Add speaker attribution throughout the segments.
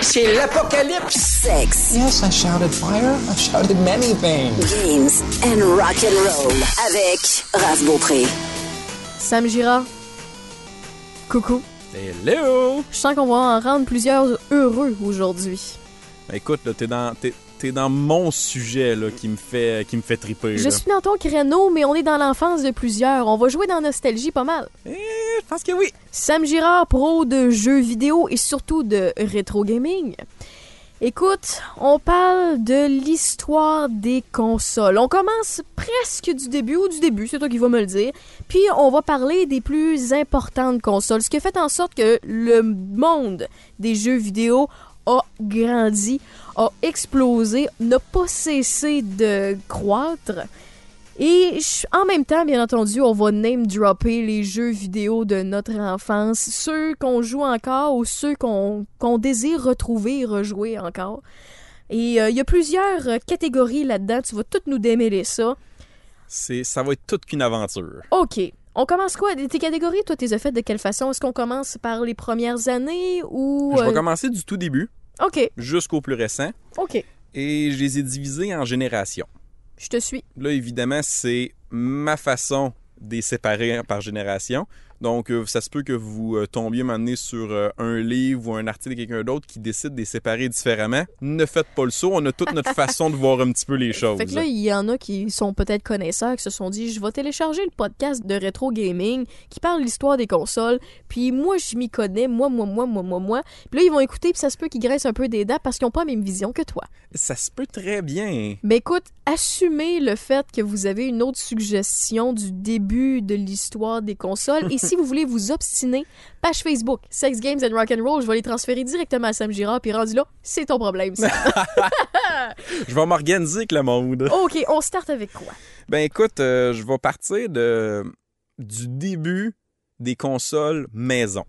Speaker 1: C'est l'apocalypse.
Speaker 2: Sex,
Speaker 3: Yes, I shouted fire. I shouted many things.
Speaker 2: games and rock and roll avec Raph Beaupré.
Speaker 4: Sam Girard. Coucou.
Speaker 5: Hello!
Speaker 4: Je sens qu'on va en rendre plusieurs heureux aujourd'hui.
Speaker 5: Ben, écoute, là, t'es dans, t'es, t'es dans mon sujet là, qui me fait, qui me fait triper.
Speaker 4: Je
Speaker 5: là.
Speaker 4: suis dans ton créneau, mais on est dans l'enfance de plusieurs. On va jouer dans Nostalgie pas mal.
Speaker 5: Eh, Je pense que oui.
Speaker 4: Sam Girard, pro de jeux vidéo et surtout de rétro gaming. Écoute, on parle de l'histoire des consoles. On commence presque du début ou du début, c'est toi qui vas me le dire. Puis on va parler des plus importantes consoles, ce qui a fait en sorte que le monde des jeux vidéo a grandi, a explosé, n'a pas cessé de croître. Et je- en même temps, bien entendu, on va name dropper les jeux vidéo de notre enfance, ceux qu'on joue encore ou ceux qu'on qu'on désire retrouver et rejouer encore. Et euh, il y a plusieurs euh, catégories là-dedans, tu vas toutes nous démêler ça.
Speaker 5: C'est, ça va être toute qu'une aventure.
Speaker 4: OK. On commence quoi? Tes catégories, toi, t'es faites de quelle façon? Est-ce qu'on commence par les premières années ou...
Speaker 5: Je vais
Speaker 4: euh,
Speaker 5: commencer du tout début
Speaker 4: OK,
Speaker 5: jusqu'au plus récent
Speaker 4: OK.
Speaker 5: et je les ai divisés en générations.
Speaker 4: Je te suis.
Speaker 5: Là, évidemment, c'est ma façon de les séparer par génération. Donc, euh, ça se peut que vous euh, tombiez m'amener sur euh, un livre ou un article de quelqu'un d'autre qui décide de les séparer différemment. Ne faites pas le saut, on a toute notre façon de voir un petit peu les choses.
Speaker 4: Fait que là, il y en a qui sont peut-être connaisseurs, qui se sont dit, je vais télécharger le podcast de Retro Gaming qui parle de l'histoire des consoles, puis moi, je m'y connais, moi, moi, moi, moi, moi, moi. Puis là, ils vont écouter, puis ça se peut qu'ils graissent un peu des dates parce qu'ils n'ont pas la même vision que toi.
Speaker 5: Ça se peut très bien.
Speaker 4: Mais écoute, assumez le fait que vous avez une autre suggestion du début de l'histoire des consoles, et si vous voulez vous obstiner, page Facebook, Sex Games and Rock'n'Roll, je vais les transférer directement à Sam Girard, puis rendu là, c'est ton problème, ça.
Speaker 5: Je vais m'organiser avec le monde.
Speaker 4: OK, on start avec quoi?
Speaker 5: Ben écoute, euh, je vais partir de, du début des consoles maison.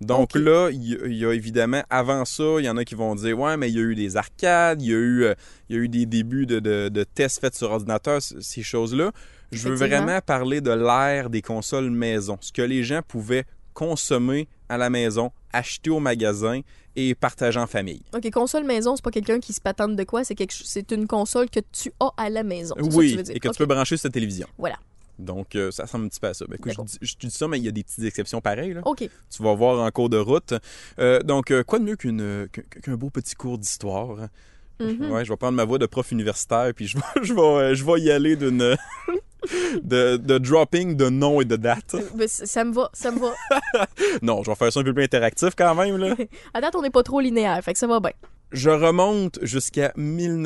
Speaker 5: Donc
Speaker 4: Ok.
Speaker 5: là, il y, a- il y a évidemment, avant ça, il y en a qui vont dire Ouais, mais il y a eu des arcades, il y a eu, euh, il y a eu des débuts de, de- de tests faits sur ordinateur, c- ces choses-là. Je veux
Speaker 4: Effectivement.
Speaker 5: vraiment parler de l'ère des consoles maison, ce que les gens pouvaient consommer à la maison, acheter au magasin et partager en famille.
Speaker 4: OK, console maison, c'est pas quelqu'un qui se patente de quoi, c'est quelque ch- c'est une console que tu as à la maison. c'est ça
Speaker 5: Oui,
Speaker 4: que tu veux dire.
Speaker 5: et que
Speaker 4: OK.
Speaker 5: tu peux brancher sur ta télévision.
Speaker 4: Voilà.
Speaker 5: Donc, euh, ça ressemble un petit peu à ça. Ben, écoute, je,
Speaker 4: D'accord.
Speaker 5: dis, je te dis ça, mais il y a des petites exceptions pareilles. là.
Speaker 4: OK. euh,
Speaker 5: Tu vas voir en cours de route. Euh, donc, euh, quoi de mieux qu'une, euh, qu'un- qu'un beau petit cours d'histoire? hein?
Speaker 4: Mhm.
Speaker 5: Ouais, je vais prendre ma voix de prof universitaire, puis je vais, je vais, euh, je vais y aller d'une... De, de dropping de nom et de date.
Speaker 4: Mais ben, c- ça me va, ça me va.
Speaker 5: Non, je vais faire ça un peu plus interactif quand même. Là.
Speaker 4: À date, on n'est pas trop linéaire, fait que ça va bien.
Speaker 5: Je remonte jusqu'à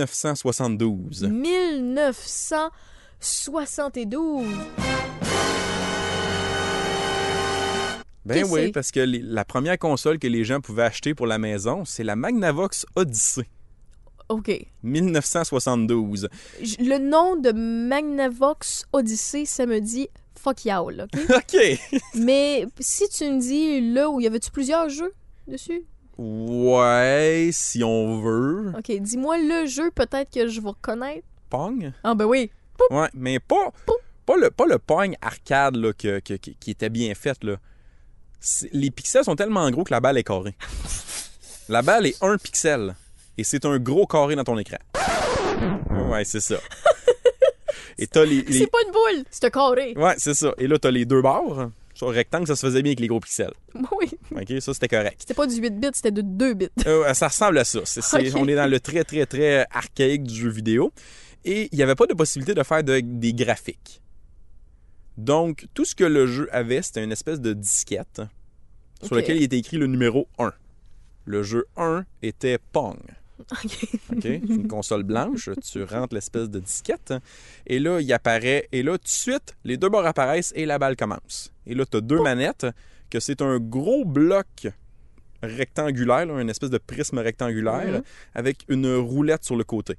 Speaker 5: 1972.
Speaker 4: Mm. 1972.
Speaker 5: Ben
Speaker 4: Qu'est-ce que
Speaker 5: oui,
Speaker 4: c'est?
Speaker 5: parce que les- la première console que les gens pouvaient acheter pour la maison, c'est la Magnavox Odyssey.
Speaker 4: OK.
Speaker 5: 1972.
Speaker 4: J- Le nom de Magnavox Odyssey, ça me dit fuck y'all, OK?
Speaker 5: OK.
Speaker 4: Mais si tu me dis là où il y avait-tu plusieurs jeux dessus?
Speaker 5: Ouais, si on veut.
Speaker 4: OK, dis-moi le jeu peut-être que je vais reconnaître.
Speaker 5: Pong.
Speaker 4: Ah ben oui.
Speaker 5: Ouais, mais pas, pas, le, pas le Pong arcade là, que- que- qui- qui était bien fait. Là. C'est- Les pixels sont tellement gros que la balle est carrée. La balle est un pixel. Et c'est un gros carré dans ton écran. Ouais, c'est ça. Et t'as les- les...
Speaker 4: C'est pas une boule, c'est un carré.
Speaker 5: Ouais, c'est ça. Et là, t'as les deux barres. Sur le rectangle, ça se faisait bien avec les gros pixels.
Speaker 4: Oui.
Speaker 5: OK, ça, c'était correct.
Speaker 4: C'était pas du 8 bits, c'était de 2 bits.
Speaker 5: Euh, ça ressemble à ça. C'est- c'est-
Speaker 4: Ok.
Speaker 5: On est dans le très, très, très archaïque du jeu vidéo. Et il n'y avait pas de possibilité de faire de- des graphiques. Donc, tout ce que le jeu avait, c'était une espèce de disquette hein, sur
Speaker 4: Ok.
Speaker 5: lequel il était écrit le numéro 1. Le jeu 1 était Pong.
Speaker 4: OK.
Speaker 5: OK? C'est une console blanche. Tu rentres l'espèce de disquette. Et là, il apparaît. Et là, tout de suite, les deux bords apparaissent et la balle commence. Et là, tu as deux
Speaker 4: Oh.
Speaker 5: manettes, que c'est un gros bloc rectangulaire, là, une espèce de prisme rectangulaire,
Speaker 4: Mhm.
Speaker 5: avec une roulette sur le côté.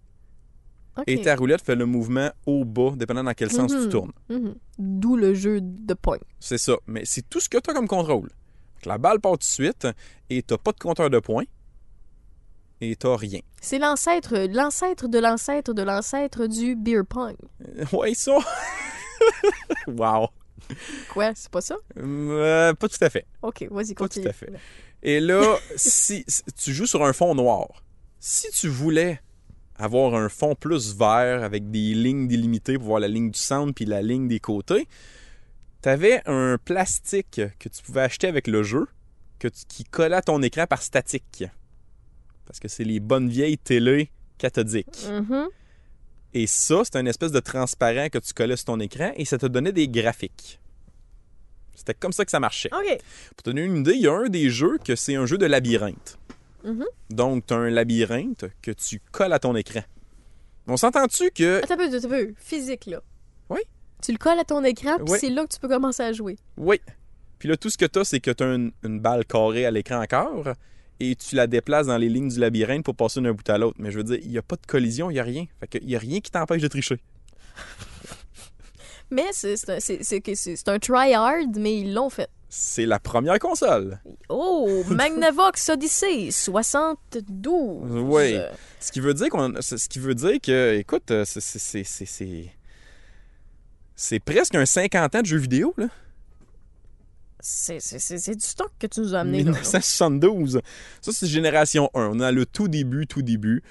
Speaker 4: Ok.
Speaker 5: Et ta roulette fait le mouvement haut-bas, dépendant dans quel sens
Speaker 4: Mhm.
Speaker 5: tu tournes.
Speaker 4: Mhm. D'où le jeu de poing.
Speaker 5: C'est ça. Mais c'est tout ce que tu as comme contrôle. Donc, la balle part tout de suite et tu pas de compteur de points et tu rien.
Speaker 4: C'est l'ancêtre, l'ancêtre de l'ancêtre de l'ancêtre du beer pong.
Speaker 5: Ouais, ça. wow.
Speaker 4: Quoi, c'est pas ça?
Speaker 5: Euh, pas tout à fait.
Speaker 4: Ok, vas-y,
Speaker 5: Pas tout
Speaker 4: continue.
Speaker 5: à fait. Et là, si, si tu joues sur un fond noir, si tu voulais avoir un fond plus vert avec des lignes délimitées pour voir la ligne du centre puis la ligne des côtés, tu avais un plastique que tu pouvais acheter avec le jeu que tu- qui collait à ton écran par statique. Parce que c'est les bonnes vieilles télé cathodiques.
Speaker 4: Mhm.
Speaker 5: Et ça, c'était une espèce de transparent que tu collais sur ton écran et ça te donnait des graphiques. C'était comme ça que ça marchait.
Speaker 4: OK.
Speaker 5: Pour te donner une idée, il y a un des jeux que c'est un jeu de labyrinthe.
Speaker 4: Mhm.
Speaker 5: Donc, tu as un labyrinthe que tu colles à ton écran. On s'entend-tu que.
Speaker 4: Attends un peu, attends un peu. Physique, là.
Speaker 5: Oui.
Speaker 4: Tu le colles à ton écran, puis
Speaker 5: Oui.
Speaker 4: c'est là que tu peux commencer à jouer.
Speaker 5: Oui. Puis là, tout ce que tu as, c'est que tu as une, une balle carrée à l'écran encore et tu la déplaces dans les lignes du labyrinthe pour passer d'un bout à l'autre. Mais je veux dire, il n'y a pas de collision, il n'y a rien. Fait qu'il n'y a rien qui t'empêche de tricher.
Speaker 4: Mais c'est c'est un, c'est- c'est- c'est- c'est un try-hard, mais ils l'ont fait.
Speaker 5: C'est la première console.
Speaker 4: Oh, Magnavox Odyssey 72.
Speaker 5: Oui. Ce qui veut dire qu'on, ce ce qui veut dire que, écoute, euh, c'est, c'est, c'est, c'est- c'est- c'est presque un 50 ans de jeux vidéo là.
Speaker 4: C'est c'est- c'est- c'est du stock que tu nous as amené. là, là.
Speaker 5: 1972. Ça c'est génération 1. On a le tout début, tout début.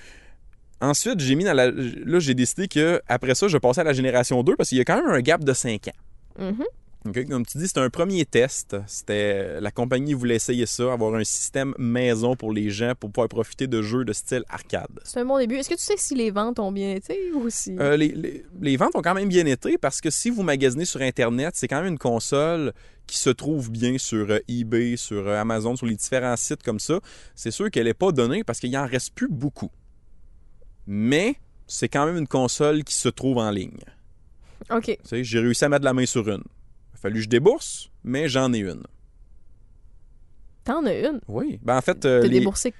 Speaker 5: Ensuite, j'ai mis dans la, là j'ai décidé que après ça, je passais à la génération 2 parce qu'il y a quand même un gap de 5 ans.
Speaker 4: Mhm.
Speaker 5: OK? Comme tu dis, c'était un premier test. C'était la compagnie voulait essayer ça, avoir un système maison pour les gens pour pouvoir profiter de jeux de style arcade.
Speaker 4: C'est un bon début. Est-ce que tu sais si les ventes ont bien été ou si.
Speaker 5: Euh, les, les- les ventes ont quand même bien été parce que si vous magasinez sur Internet, c'est quand même une console qui se trouve bien sur euh, eBay, sur euh, Amazon, sur les différents sites comme ça. C'est sûr qu'elle n'est pas donnée parce qu'il n'en reste plus beaucoup. Mais c'est quand même une console qui se trouve en ligne.
Speaker 4: OK.
Speaker 5: Tu sais, J'ai réussi à mettre la main sur une. Il a fallu que je débourse, mais j'en ai une.
Speaker 4: T'en as une.
Speaker 5: Oui. Ben, en fait, euh,
Speaker 4: T'as
Speaker 5: les-
Speaker 4: déboursé.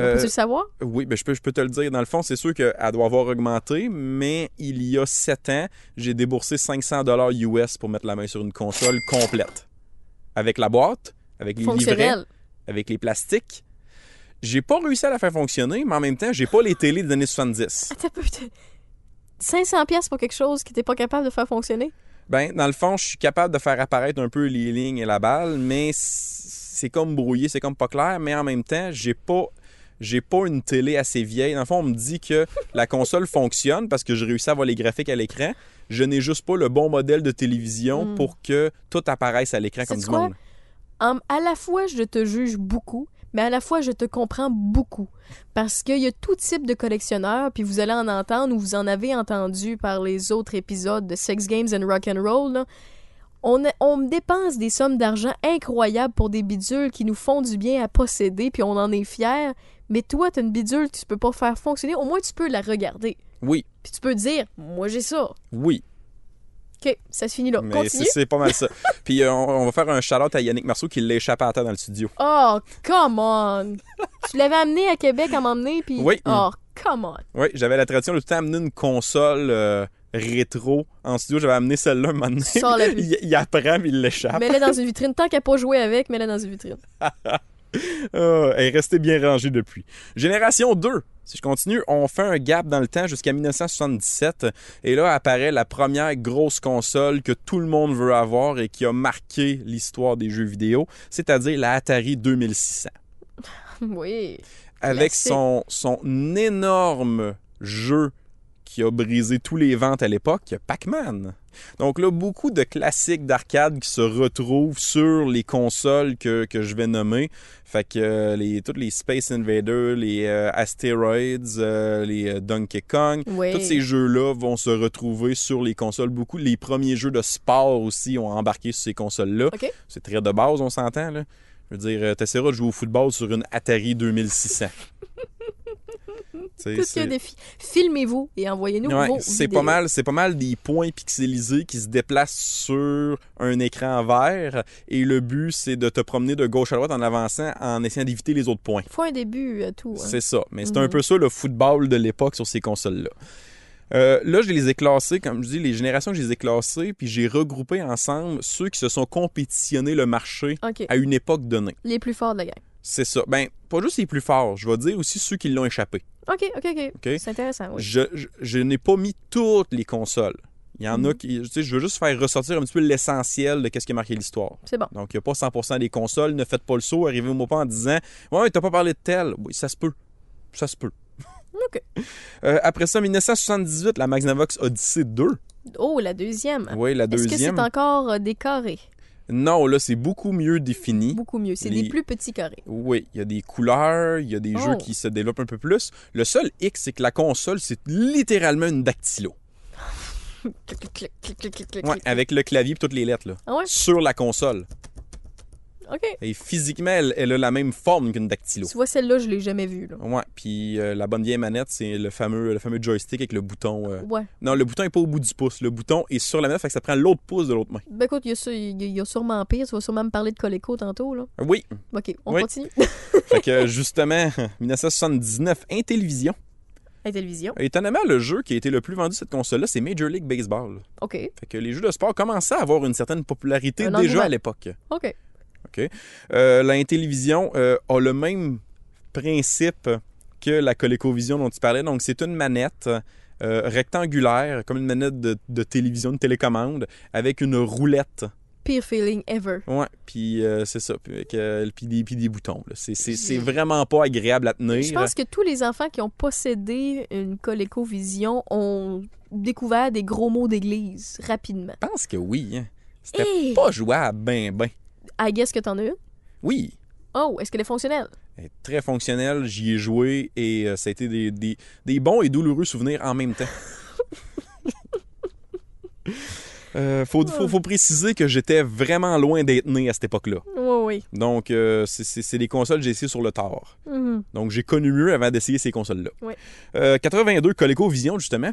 Speaker 5: Euh,
Speaker 4: Peux-tu le savoir?
Speaker 5: Oui, ben je, peux, je peux te le dire. Dans le fond, c'est sûr qu'elle doit avoir augmenté, mais il y a 7 ans, j'ai déboursé 500 dollars US pour mettre la main sur une console complète. Avec la boîte, avec les livrets,
Speaker 4: Fonctionnel.
Speaker 5: avec les plastiques. J'ai pas réussi à la faire fonctionner, mais en même temps, j'ai pas les télés des années 70.
Speaker 4: Attends un peu. t'as- 500 pièces pour quelque chose que t'es pas capable de faire fonctionner?
Speaker 5: Ben, dans le fond, je suis capable de faire apparaître un peu les lignes et la balle, mais c'est comme brouillé, c'est comme pas clair, mais en même temps, j'ai pas j'ai pas une télé assez vieille. Dans le fond, on me dit que la console fonctionne parce que je réussis à voir les graphiques à l'écran. Je n'ai juste pas le bon modèle de télévision
Speaker 4: Hmm.
Speaker 5: pour que tout apparaisse à l'écran comme
Speaker 4: Sais-tu
Speaker 5: du
Speaker 4: quoi?
Speaker 5: monde.
Speaker 4: Hum, à la fois, je te juge beaucoup, mais à la fois, je te comprends beaucoup. Parce qu'il y a tout type de collectionneurs, puis vous allez en entendre ou vous en avez entendu par les autres épisodes de Sex Games and Rock and Roll. là. On, a- on dépense des sommes d'argent incroyables pour des bidules qui nous font du bien à posséder, puis on en est fier. Mais toi, t'as une bidule que tu peux pas faire fonctionner. Au moins, tu peux la regarder.
Speaker 5: Oui,
Speaker 4: Puis tu peux dire, moi j'ai ça.
Speaker 5: oui.
Speaker 4: OK, ça se finit là.
Speaker 5: Mais c'est
Speaker 4: Continue.
Speaker 5: c'est pas mal ça. Puis euh, on, on va faire un shout-out à Yannick Marceau qui l'échappe à terre dans le studio.
Speaker 4: Oh, come on! tu l'avais amené à Québec à m'emmener, puis...
Speaker 5: Oui.
Speaker 4: Oh, come on!
Speaker 5: Oui, j'avais la tradition de tout le temps amener une console euh, rétro en studio. J'avais amené celle-là un moment donné.
Speaker 4: Sors la vue.
Speaker 5: il, il apprend, mais il l'échappe.
Speaker 4: Mets-la dans une vitrine. Tant qu'elle n'a pas joué avec, mets-la dans une vitrine.
Speaker 5: Ah, elle est restée bien rangée depuis. Génération 2. Si je continue, on fait un gap dans le temps jusqu'à 1977. Et là apparaît la première grosse console que tout le monde veut avoir et qui a marqué l'histoire des jeux vidéo, c'est-à-dire la Atari 2600.
Speaker 4: oui.
Speaker 5: Avec
Speaker 4: Classique.
Speaker 5: son, son énorme jeu qui a brisé tous les ventes à l'époque, Pac-Man. Donc là, beaucoup de classiques d'arcade qui se retrouvent sur les consoles que, que je vais nommer. Fait que euh, les, toutes les Space Invaders, les euh, Asteroids, euh, les euh, Donkey Kong,
Speaker 4: Oui.
Speaker 5: tous ces jeux-là vont se retrouver sur les consoles. Beaucoup, les premiers jeux de sport aussi ont embarqué sur ces consoles-là.
Speaker 4: OK.
Speaker 5: C'est très de base, on s'entend. Là. Je veux dire, euh, t'essaieras de jouer au football sur une Atari 2600. Tu sais,
Speaker 4: Tout
Speaker 5: c'est-
Speaker 4: un défi. Filmez-vous et envoyez-nous
Speaker 5: Ouais,
Speaker 4: vos
Speaker 5: c'est
Speaker 4: vidéos.
Speaker 5: pas mal, c'est pas mal des points pixelisés qui se déplacent sur un écran vert et le but c'est de te promener de gauche à droite en avançant en essayant d'éviter les autres points.
Speaker 4: Faut un début à tout. hein.
Speaker 5: C'est ça. Mais c'est
Speaker 4: Mhm.
Speaker 5: un peu ça le football de l'époque sur ces consoles-là. Euh, là, je les ai classés, comme je dis, les générations, je les ai classées, puis j'ai regroupé ensemble ceux qui se sont compétitionnés le marché
Speaker 4: OK.
Speaker 5: à une époque donnée.
Speaker 4: Les plus forts de la gang.
Speaker 5: C'est ça. Ben, pas juste les plus forts, je vais dire aussi ceux qui l'ont échappé.
Speaker 4: OK, OK, OK.
Speaker 5: OK?
Speaker 4: C'est intéressant, oui.
Speaker 5: Je, je- je n'ai pas mis toutes les consoles. Il y en a qui. Tu sais, je veux juste faire ressortir un petit peu l'essentiel de qu'est-ce qui a marqué l'histoire.
Speaker 4: C'est bon.
Speaker 5: Donc, il n'y a pas 100% des consoles. Ne faites pas le saut. Arrivez au mot pas en disant Ouais, t'as pas parlé de tel. Oui, ça se peut. Ça se peut.
Speaker 4: OK.
Speaker 5: Euh, après ça, 1978, la Magnavox Odyssey 2.
Speaker 4: Oh, la deuxième.
Speaker 5: Oui, la
Speaker 4: Est-ce que c'est
Speaker 5: deuxième.
Speaker 4: encore euh, des carrés?
Speaker 5: Non, là, c'est beaucoup mieux défini.
Speaker 4: Beaucoup mieux. C'est
Speaker 5: Les-
Speaker 4: des plus petits carrés.
Speaker 5: Oui, il y a des couleurs, il y a des
Speaker 4: Oh.
Speaker 5: jeux qui se développent un peu plus. Le seul hic, c'est que la console, c'est littéralement une dactylo.
Speaker 4: Clic, clic, clic, clic, clic, clic, clic,
Speaker 5: Ouais,
Speaker 4: clic.
Speaker 5: avec le clavier et toutes les lettres, là.
Speaker 4: Ah ouais?
Speaker 5: Sur la console.
Speaker 4: OK.
Speaker 5: Et physiquement, elle, elle a la même forme qu'une dactylo.
Speaker 4: Tu vois, celle-là, je l'ai jamais vue. Là.
Speaker 5: Ouais, puis euh, la bonne vieille manette, c'est le fameux, le fameux joystick avec le bouton. euh,
Speaker 4: Ouais.
Speaker 5: Non, le bouton est pas au bout du pouce. Le bouton est sur la manette, fait que ça prend l'autre pouce de l'autre main.
Speaker 4: Ben écoute, il y, a ça- il y a- il y a sûrement pire. Tu vas sûrement me parler de Coleco tantôt. là.
Speaker 5: Oui,
Speaker 4: OK, on
Speaker 5: Oui.
Speaker 4: continue.
Speaker 5: fait que justement, 1979, Intellivision.
Speaker 4: La télévision.
Speaker 5: Étonnamment, le jeu qui a été le plus vendu de cette console-là, c'est Major League Baseball.
Speaker 4: OK,
Speaker 5: Fait que les jeux de sport commençaient à avoir une certaine popularité
Speaker 4: Un
Speaker 5: déjà
Speaker 4: engouement.
Speaker 5: à l'époque.
Speaker 4: OK.
Speaker 5: Euh, la Intellivision euh, a le même principe que la ColecoVision dont tu parlais. Donc, c'est une manette euh, rectangulaire, comme une manette de, de télévision, de télécommande, avec une roulette.
Speaker 4: Pire feeling ever.
Speaker 5: Ouais, puis euh, c'est ça. Puis, avec, euh, puis des, puis des boutons. là. C'est- C'est c'est
Speaker 4: J'ai-
Speaker 5: vraiment pas agréable à tenir.
Speaker 4: Je pense que tous les enfants qui ont possédé une ColecoVision ont découvert des gros mots d'église rapidement.
Speaker 5: Je pense que oui. hein. C'était
Speaker 4: Hey!
Speaker 5: pas jouable, ben, ben.
Speaker 4: I guess que t'en as une?
Speaker 5: Oui,
Speaker 4: Oh, est-ce qu'elle est fonctionnelle?
Speaker 5: Elle est Ben, très fonctionnelle, j'y ai joué et euh, ça a été des, des- des bons et douloureux souvenirs en même temps. Euh, faut, faut, faut préciser que j'étais vraiment loin d'être né à cette époque-là.
Speaker 4: Oui, oui.
Speaker 5: Donc, euh, c'est- c'est c'est des consoles que j'ai essayées sur le tard.
Speaker 4: Mhm.
Speaker 5: Donc, j'ai connu mieux avant d'essayer ces consoles-là.
Speaker 4: Ouais.
Speaker 5: Euh, 82, ColecoVision, justement.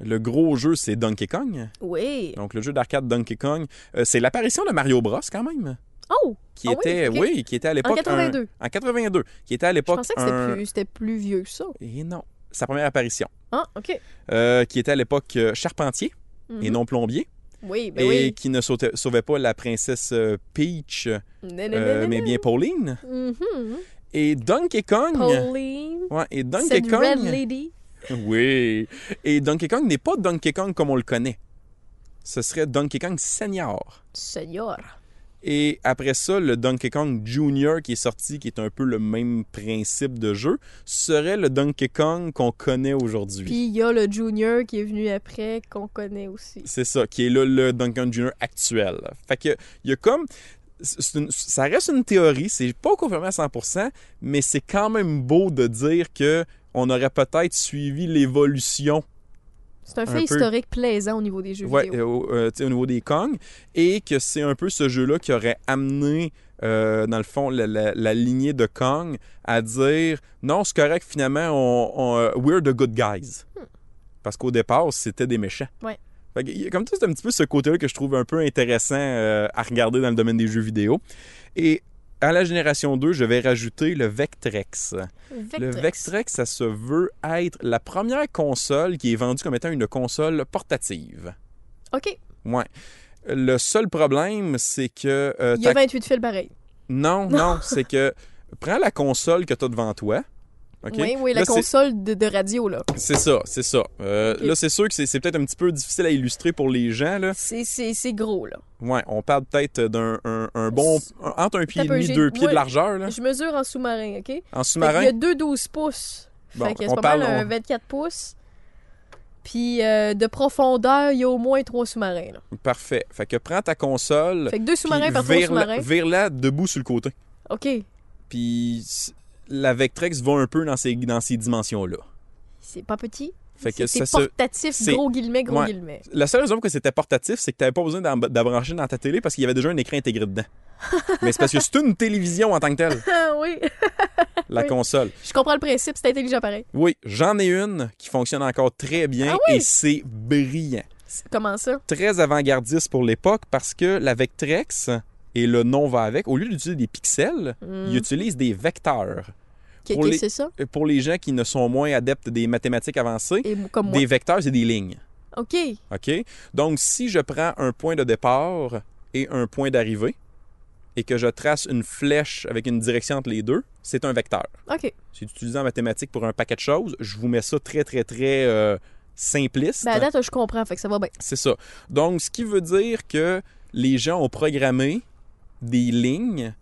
Speaker 5: Le gros jeu, c'est Donkey Kong.
Speaker 4: Oui.
Speaker 5: Donc, le jeu d'arcade Donkey Kong. Euh, c'est l'apparition de Mario Bros, quand même.
Speaker 4: Oh!
Speaker 5: Qui
Speaker 4: Ah oui,
Speaker 5: était,
Speaker 4: ok.
Speaker 5: qui était à l'époque.
Speaker 4: En
Speaker 5: un-
Speaker 4: 82.
Speaker 5: en 82, qui était à
Speaker 4: Je
Speaker 5: l'époque.
Speaker 4: pensais que c'était
Speaker 5: un-
Speaker 4: plus, c'était plus vieux que ça.
Speaker 5: Et non, sa première apparition,
Speaker 4: Ah, OK.
Speaker 5: euh, qui était à l'époque euh, charpentier
Speaker 4: Mhm.
Speaker 5: et non plombier,
Speaker 4: Oui, ben
Speaker 5: et
Speaker 4: oui.
Speaker 5: qui ne sautait- sauvait pas la princesse euh, Peach, euh,
Speaker 4: Nananana.
Speaker 5: mais Hmm. bien Pauline.
Speaker 4: Mhm.
Speaker 5: Et Donkey Kong.
Speaker 4: Pauline.
Speaker 5: Ouais, et Donkey
Speaker 4: Cette
Speaker 5: Kong.
Speaker 4: Red Lady.
Speaker 5: Oui. Et Donkey Kong n'est pas Donkey Kong comme on le connaît. Ce serait Donkey Kong Senior.
Speaker 4: Seigneur.
Speaker 5: Et après ça, le Donkey Kong Junior qui est sorti, qui est un peu le même principe de jeu, serait le Donkey Kong qu'on connaît aujourd'hui.
Speaker 4: Puis il y a le Junior qui est venu après, qu'on connaît aussi.
Speaker 5: C'est ça, qui est là le Duncan Jr. actuel. Fait que, il y a comme. c'est une- ça reste une théorie, c'est pas confirmé à 100%, mais c'est quand même beau de dire que on aurait peut-être suivi l'évolution
Speaker 4: C'est un,
Speaker 5: peu.
Speaker 4: fait historique plaisant au niveau des jeux
Speaker 5: ouais,
Speaker 4: vidéo.
Speaker 5: euh, euh, tu sais, au niveau des Kong et que c'est un peu ce jeu-là qui aurait amené, euh, dans le fond, la, la- la lignée de Kong à dire non, c'est correct, finalement, on, on, euh, we're the good guys. Parce qu'au départ, c'était des méchants.
Speaker 4: Hmm. Ouais.
Speaker 5: Fait que, il y a comme tout, c'est un petit peu ce côté-là que je trouve un peu intéressant euh, à regarder dans le domaine des jeux vidéo. Et à la génération 2, je vais rajouter le Vectrex. euh, Le Vectrex, ça se veut être la première console qui est vendue comme étant une console portative.
Speaker 4: OK.
Speaker 5: Ouais. Le seul problème, c'est que. euh,
Speaker 4: Il y a
Speaker 5: ta-
Speaker 4: 28 fils pareil.
Speaker 5: Non, non, c'est que. Prends la console que tu as devant toi. OK?
Speaker 4: Oui, oui, la
Speaker 5: Là, c'est-
Speaker 4: console de, de radio, là.
Speaker 5: C'est ça, c'est ça. Euh,
Speaker 4: Ok.
Speaker 5: Là, c'est sûr que c'est c'est peut-être un petit peu difficile à illustrer pour les gens. Là.
Speaker 4: C'est- C'est c'est gros, là.
Speaker 5: Ouais, on parle peut-être d'un un, un bon. un- entre un pied et
Speaker 4: peu,
Speaker 5: demi,
Speaker 4: j'ai-
Speaker 5: deux pieds
Speaker 4: ouais.
Speaker 5: de largeur. Là.
Speaker 4: Je mesure en sous-marin, OK? Fait qu'il
Speaker 5: En
Speaker 4: y
Speaker 5: Ah. sous-marin.
Speaker 4: a deux 12 pouces.
Speaker 5: Bon,
Speaker 4: fait que
Speaker 5: on
Speaker 4: c'est pas
Speaker 5: parle-
Speaker 4: mal un
Speaker 5: on-
Speaker 4: 24 pouces. Puis euh, de profondeur, il y a au moins trois sous-marins. là.
Speaker 5: Parfait. Fait que prends ta console.
Speaker 4: Fait que deux sous-marins
Speaker 5: puis
Speaker 4: par trois
Speaker 5: vire-la-
Speaker 4: sous-marins.
Speaker 5: Vire-la debout sur le côté.
Speaker 4: OK.
Speaker 5: Puis s- la Vectrex va un peu dans ces, dans ces dimensions-là.
Speaker 4: C'est pas petit.
Speaker 5: Fait que
Speaker 4: C'est
Speaker 5: ça
Speaker 4: c'est
Speaker 5: se.
Speaker 4: portatif,
Speaker 5: c'est-
Speaker 4: gros guillemets, gros
Speaker 5: Ouais.
Speaker 4: guillemets.
Speaker 5: La seule raison que c'était portatif, c'est que tu n'avais pas besoin d'en- d'abrancher dans ta télé parce qu'il y avait déjà un écran intégré dedans. Mais c'est parce que c'est une télévision en tant que telle,
Speaker 4: Ah oui,
Speaker 5: la
Speaker 4: Oui.
Speaker 5: console.
Speaker 4: je comprends le principe, c'est intelligent pareil.
Speaker 5: Oui, j'en ai une qui fonctionne encore très bien
Speaker 4: Ah oui?
Speaker 5: et c'est brillant.
Speaker 4: C'est- Comment ça?
Speaker 5: Très avant-gardiste pour l'époque parce que la Vectrex, et le nom va avec, au lieu d'utiliser des pixels,
Speaker 4: Hmm.
Speaker 5: ils utilisent des vecteurs.
Speaker 4: Qu'est-
Speaker 5: Pour
Speaker 4: qu'est-
Speaker 5: les-
Speaker 4: C'est ça?
Speaker 5: Et Pour les gens qui ne sont moins adeptes des mathématiques avancées,
Speaker 4: Et m- comme moi.
Speaker 5: des vecteurs, c'est des lignes.
Speaker 4: OK.
Speaker 5: OK? Donc, si je prends un point de départ et un point d'arrivée et que je trace une flèche avec une direction entre les deux, c'est un vecteur.
Speaker 4: OK. Ben,
Speaker 5: C'est utilisé en mathématiques pour un paquet de choses. Je vous mets ça très, très, très euh, simpliste.
Speaker 4: Ben, à date, je comprends, fait que ça va bien.
Speaker 5: C'est ça. Donc, ce qui veut dire que les gens ont programmé des lignes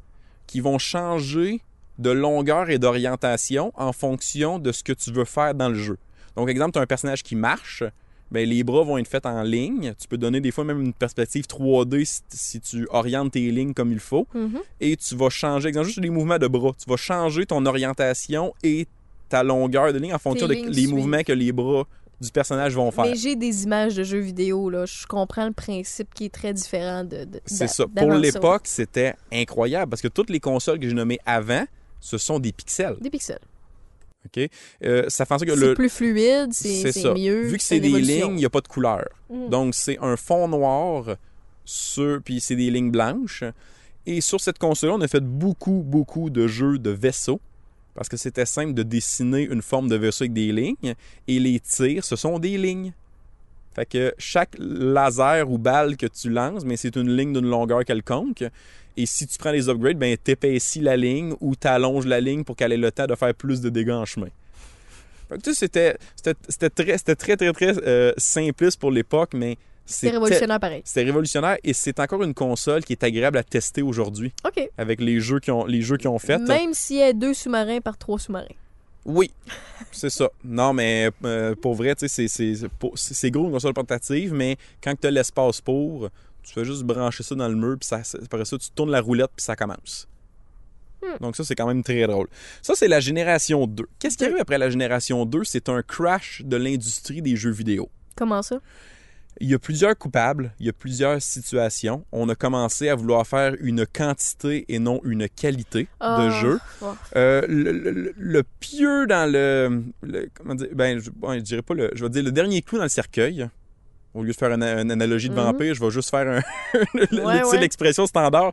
Speaker 5: qui vont changer de longueur et d'orientation en fonction de ce que tu veux faire dans le jeu. Donc, exemple, tu as un personnage qui marche, ben, les bras vont être faits en ligne. Tu peux donner des fois même une perspective 3D si, si tu orientes tes lignes comme il faut.
Speaker 4: Mhm.
Speaker 5: Et tu vas changer, exemple, juste les mouvements de bras. Tu vas changer ton orientation et ta longueur de ligne en fonction des
Speaker 4: lignes
Speaker 5: les
Speaker 4: suivent.
Speaker 5: mouvements que les bras du personnage vont faire.
Speaker 4: Mais j'ai des images de jeux vidéo, là. Je comprends le principe qui est très différent de. de- d'a-
Speaker 5: C'est ça. Pour
Speaker 4: d'avant
Speaker 5: l'époque, c'était incroyable parce que toutes les consoles que j'ai nommées avant, ce sont des pixels.
Speaker 4: Des pixels.
Speaker 5: OK? Euh, ça fait en sorte que
Speaker 4: C'est
Speaker 5: le.
Speaker 4: plus fluide, c'est
Speaker 5: C'est
Speaker 4: c'est
Speaker 5: ça.
Speaker 4: mieux.
Speaker 5: Vu que
Speaker 4: une
Speaker 5: c'est des
Speaker 4: évolution.
Speaker 5: lignes, il n'y a pas de couleur.
Speaker 4: Mm.
Speaker 5: Donc, c'est un fond noir, sur, puis c'est des lignes blanches. Et sur cette console on a fait beaucoup, beaucoup de jeux de vaisseaux parce que c'était simple de dessiner une forme de vaisseau avec des lignes. Et les tirs, ce sont des lignes. Fait que chaque laser ou balle que tu lances, mais c'est une ligne d'une longueur quelconque. Et si tu prends les upgrades, ben t'épaissis la ligne ou t'allonges la ligne pour qu'elle ait le temps de faire plus de dégâts en chemin. Fait que tu sais, c'était, c'était, c'était très, c'était très, très, très euh, simpliste pour l'époque, mais
Speaker 4: C'est
Speaker 5: c'était,
Speaker 4: révolutionnaire pareil.
Speaker 5: c'était révolutionnaire et c'est encore une console qui est agréable à tester aujourd'hui
Speaker 4: OK.
Speaker 5: avec les jeux qui ont, les jeux qui ont fait. euh,
Speaker 4: Même s'il y a deux sous-marins par trois sous-marins.
Speaker 5: Oui, c'est ça. Non, mais euh, pour vrai, tu sais, c'est- c'est- c'est pour- c'est c'est gros une console portative, mais quand tu as l'espace pour, tu fais juste brancher ça dans le mur, puis ça, ça- après ça, tu tournes la roulette, puis ça commence. Donc ça, c'est quand même très drôle. Ça, c'est la génération 2. Qu'est-ce qui arrive après la génération 2? C'est un crash de l'industrie des jeux vidéo.
Speaker 4: Comment ça?
Speaker 5: Il y a plusieurs coupables, il y a plusieurs situations. On a commencé à vouloir faire une quantité et non une qualité de
Speaker 4: Ah,
Speaker 5: jeu.
Speaker 4: ouais.
Speaker 5: Euh, le, le- le- le pieux dans le, le- comment dire ben je, bon, je dirais pas le je vais dire le dernier clou dans le cercueil au lieu de faire une, une analogie de
Speaker 4: Mhm.
Speaker 5: vampire je vais juste faire un, le-
Speaker 4: Ouais,
Speaker 5: tu sais,
Speaker 4: ouais.
Speaker 5: l'expression standard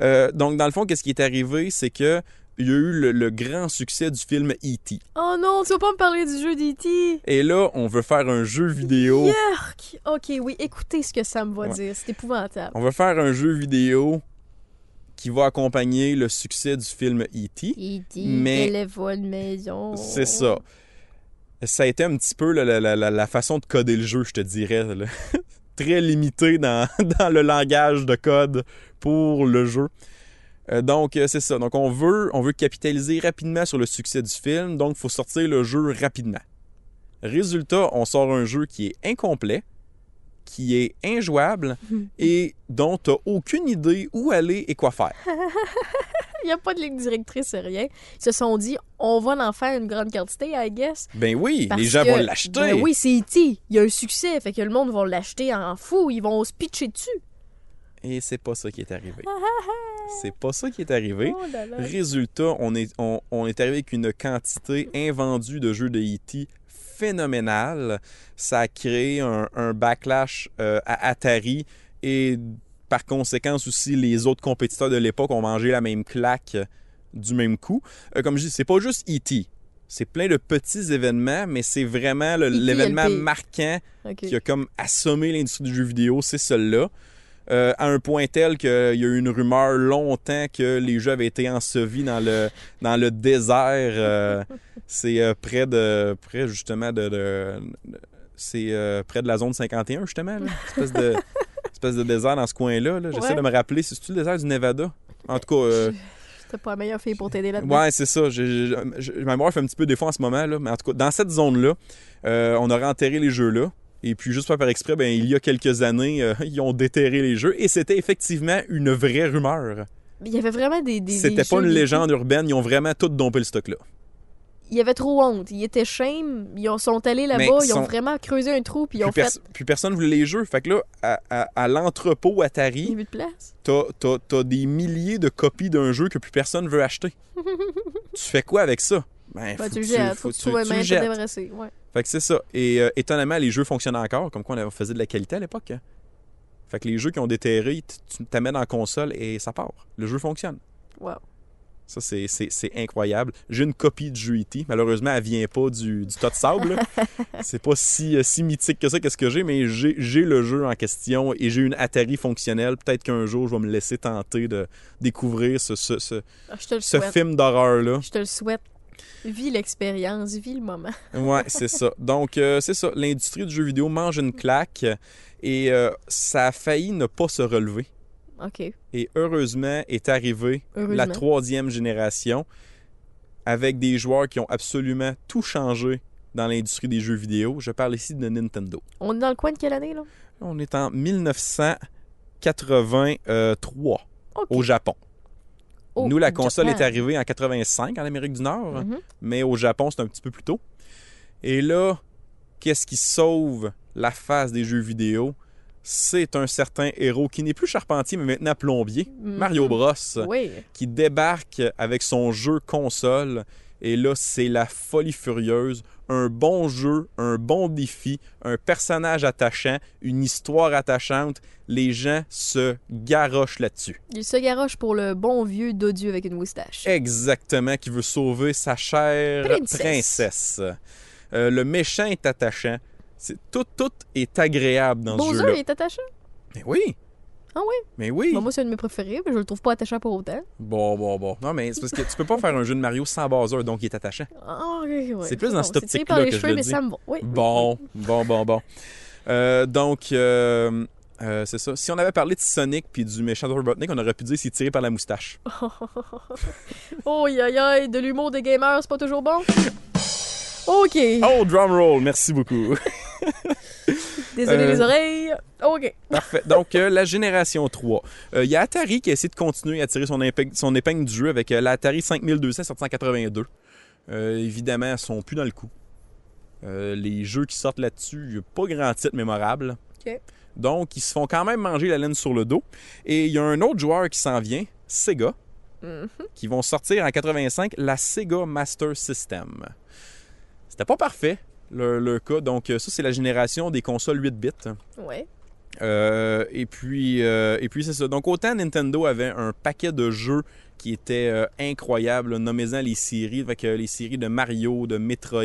Speaker 5: Euh, donc dans le fond qu'est-ce qui est arrivé c'est que il y a eu le, le grand succès du film E.T.
Speaker 4: Oh non, tu vas pas me parler du jeu d'E.T.
Speaker 5: Et là, on veut faire un jeu vidéo.
Speaker 4: Yerk! OK, oui, écoutez ce que ça me va
Speaker 5: Ouais.
Speaker 4: dire. C'est épouvantable.
Speaker 5: On veut faire un jeu vidéo qui va accompagner le succès du film E E.T.
Speaker 4: E.T.
Speaker 5: Mais-
Speaker 4: et les voix de maison.
Speaker 5: C'est ça. Ça a été un petit peu là, la, la- la- la façon de coder le jeu, je te dirais. là. Très limité dans, dans le langage de code pour le jeu. Euh, donc, euh, c'est ça. Donc, on veut, on veut capitaliser rapidement sur le succès du film. Donc, il faut sortir le jeu rapidement. Résultat, on sort un jeu qui est incomplet, qui est injouable et dont tu aucune idée où aller et quoi faire.
Speaker 4: Il n'y a pas de ligne directrice, rien. Ils se sont dit, on va en faire une grande quantité, I guess.
Speaker 5: Ben oui,
Speaker 4: Parce
Speaker 5: les gens
Speaker 4: que-
Speaker 5: vont l'acheter.
Speaker 4: Ben oui, c'est E.T. Il y a un succès, fait que le monde va l'acheter en fou. Ils vont se pitcher dessus.
Speaker 5: Et c'est pas ça qui est arrivé. C'est pas ça qui est arrivé.
Speaker 4: Oh là là.
Speaker 5: Résultat, on est, on, on est arrivé avec une quantité invendue de jeux de E.T. phénoménale. Ça a créé un, un backlash euh, à Atari et par conséquent aussi les autres compétiteurs de l'époque ont mangé la même claque euh, du même coup. Euh, comme je dis, c'est pas juste E.T. C'est plein de petits événements, mais c'est vraiment le-
Speaker 4: E.T.
Speaker 5: l'événement
Speaker 4: LP.
Speaker 5: marquant
Speaker 4: OK.
Speaker 5: qui a comme assommé l'industrie du jeu vidéo, c'est celle-là. Euh, à un point tel qu'il y a eu une rumeur longtemps que les jeux avaient été ensevis dans le, dans le désert. euh, c'est euh, près de. près justement de. de- c'est euh, près de la zone 51, justement. là. Espèce, de, espèce de désert dans ce coin-là. là. J'essaie
Speaker 4: Ouais.
Speaker 5: de me rappeler. C'est-tu le désert du Nevada? En tout cas. euh,
Speaker 4: C'était pas la meilleure fille pour t'aider là-dedans.
Speaker 5: Ouais, c'est ça. J'ai- j'ai- j'ai- ma mémoire fait un petit peu défaut en ce moment, là. mais en tout cas, dans cette zone-là, euh, on aurait enterré les jeux-là. Et puis, juste pas par exprès, ben, il y a quelques années, euh, ils ont déterré les jeux. Et c'était effectivement une vraie rumeur.
Speaker 4: Mais Il y avait vraiment des. des- des
Speaker 5: C'était pas
Speaker 4: jeux
Speaker 5: une
Speaker 4: d'E.T.
Speaker 5: légende urbaine. Ils ont vraiment tout dompé le stock-là.
Speaker 4: Il y avait trop honte. Ils étaient shame. Ils ont- sont allés
Speaker 5: Mais
Speaker 4: là-bas. Ils
Speaker 5: sont-
Speaker 4: ont vraiment creusé un trou. Puis ils
Speaker 5: Puis,
Speaker 4: ont fait.
Speaker 5: pers- puis personne voulait les jeux. Fait que là, à, à- à l'entrepôt
Speaker 4: Il y a
Speaker 5: Atari,
Speaker 4: plus de place.
Speaker 5: t'as, t'as- t'as des milliers de copies d'un jeu que plus personne veut acheter. tu fais quoi avec ça? Ben,
Speaker 4: Bah,
Speaker 5: faut
Speaker 4: tu
Speaker 5: que
Speaker 4: le
Speaker 5: tu-
Speaker 4: jettes.
Speaker 5: faut
Speaker 4: Faut que
Speaker 5: que
Speaker 4: tu
Speaker 5: tu-
Speaker 4: trouves un
Speaker 5: tu le
Speaker 4: moyen de te
Speaker 5: jettes.
Speaker 4: débarrasser. Ouais.
Speaker 5: Fait que c'est ça. Et euh, étonnamment, les jeux fonctionnaient encore, comme quoi on avait- faisait de la qualité à l'époque. hein. Fait que les jeux qui ont déterré, t- tu t'amènes en console et ça part. Le jeu fonctionne.
Speaker 4: Wow.
Speaker 5: Ça, c'est- c'est c'est incroyable. J'ai une copie du jeu E.T. Malheureusement, elle vient pas du, du tas de sable. là. c'est pas si, euh, si mythique que ça, qu'est-ce que j'ai, mais j'ai j'ai le jeu en question et j'ai une Atari fonctionnelle. Peut-être qu'un jour, je vais me laisser tenter de découvrir ce, ce, ce,
Speaker 4: Ah, je te le
Speaker 5: ce
Speaker 4: souhaite.
Speaker 5: film d'horreur-là.
Speaker 4: Je te le souhaite. Vis l'expérience, vis le moment.
Speaker 5: Ouais, c'est ça. Donc, euh, c'est ça. L'industrie du jeu vidéo mange une claque et euh, ça a failli ne pas se relever.
Speaker 4: OK.
Speaker 5: Et heureusement est arrivée la
Speaker 4: Heureusement.
Speaker 5: troisième génération avec des joueurs qui ont absolument tout changé dans l'industrie des jeux vidéo. Je parle ici de Nintendo.
Speaker 4: On est dans le coin de quelle année, là?
Speaker 5: On est en 1983
Speaker 4: OK.
Speaker 5: au Japon.
Speaker 4: Oh,
Speaker 5: Nous, la
Speaker 4: Japan.
Speaker 5: console est arrivée hein. en 85 en Amérique du Nord,
Speaker 4: Mhm.
Speaker 5: mais au Japon, c'est un petit peu plus tôt. Et là, qu'est-ce qui sauve la face des jeux vidéo? C'est un certain héros qui n'est plus charpentier, mais maintenant plombier,
Speaker 4: Mhm.
Speaker 5: Mario Bros,
Speaker 4: Oui.
Speaker 5: qui débarque avec son jeu console. Et là, c'est la folie furieuse. Un bon jeu, un bon défi, un personnage attachant, une histoire attachante. Les gens se garochent là-dessus.
Speaker 4: Il se garoche pour le bon vieux dodu avec une moustache.
Speaker 5: Exactement, qui veut sauver sa chère princesse.
Speaker 4: Princesse.
Speaker 5: Euh, le méchant est attachant. C'est, tout, tout est agréable dans ce
Speaker 4: Bowser,
Speaker 5: jeu-là.
Speaker 4: il est attachant.
Speaker 5: Mais oui!
Speaker 4: Ah oui?
Speaker 5: Mais oui!
Speaker 4: Bon, moi, c'est un de mes préférés, mais je le trouve pas attachant pour autant.
Speaker 5: Bon, bon, bon. Non, mais c'est parce que tu peux pas faire un jeu de Mario sans Bowser, donc il est attachant.
Speaker 4: Ah, oui, oui.
Speaker 5: C'est plus dans
Speaker 4: bon,
Speaker 5: cette
Speaker 4: c'est tiré
Speaker 5: optique-là
Speaker 4: par les
Speaker 5: que je
Speaker 4: cheveux,
Speaker 5: le
Speaker 4: mais
Speaker 5: dis. Mhm.
Speaker 4: ça me va. Oui.
Speaker 5: Bon, bon, bon, bon. Euh, donc, euh, euh, c'est ça. Si on avait parlé de Sonic puis du méchant de Robotnik, on aurait pu dire s'il tiré par la moustache.
Speaker 4: Oh, aïe, aïe, aïe, de l'humour des gamers, c'est pas toujours bon. OK.
Speaker 5: Oh, drum roll! Merci beaucoup!
Speaker 4: Désolé
Speaker 5: euh,
Speaker 4: les oreilles. OK.
Speaker 5: Parfait. Donc, euh, la génération 3. Euh, Il y a Atari qui a essayé de continuer à tirer son, impec- son épingle du jeu avec euh, la Atari 5200 sortie en 82. Euh, évidemment, elles sont plus dans le coup. Euh, les jeux qui sortent là-dessus, il n'y a pas grand titre mémorable.
Speaker 4: OK.
Speaker 5: Donc, ils se font quand même manger la laine sur le dos. Et il y a un autre joueur qui s'en vient, Sega,
Speaker 4: Mhm.
Speaker 5: qui vont sortir en 85 la Sega Master System. C'était pas parfait, le, le cas. Donc, euh, ça, c'est la génération des consoles 8 bits.
Speaker 4: Ouais.
Speaker 5: Euh, et puis, euh, et puis c'est ça. Donc autant Nintendo avait un paquet de jeux qui étaient euh, incroyables, là, nommez-en les séries, avec les séries de Mario, de Metroid,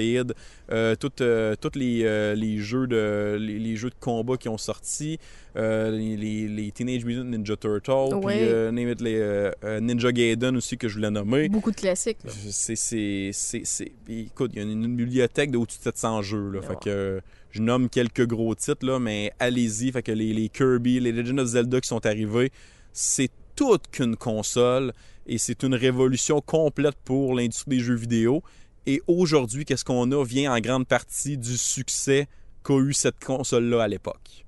Speaker 5: euh, toutes, euh, toutes les, euh, les jeux de les, les jeux de combat qui ont sorti, euh, les, les- les Teenage Mutant Ninja Turtles, puis
Speaker 4: Ouais.
Speaker 5: euh, name it, les euh, euh, Ninja Gaiden aussi que je voulais nommer.
Speaker 4: Beaucoup de classiques. là.
Speaker 5: C'est, c'est, c'est, c'est- Écoute, il y a une, une bibliothèque d'au-dessus de 700 jeux. Là,
Speaker 4: Mais
Speaker 5: fait
Speaker 4: Ben ouais.
Speaker 5: que euh, je nomme quelques gros titres, là, mais allez-y. Fait que les, les Kirby, les Legend of Zelda qui sont arrivés, c'est toute qu'une console et c'est une révolution complète pour l'industrie des jeux vidéo. Et aujourd'hui, qu'est-ce qu'on a vient en grande partie du succès qu'a eu cette console-là à l'époque.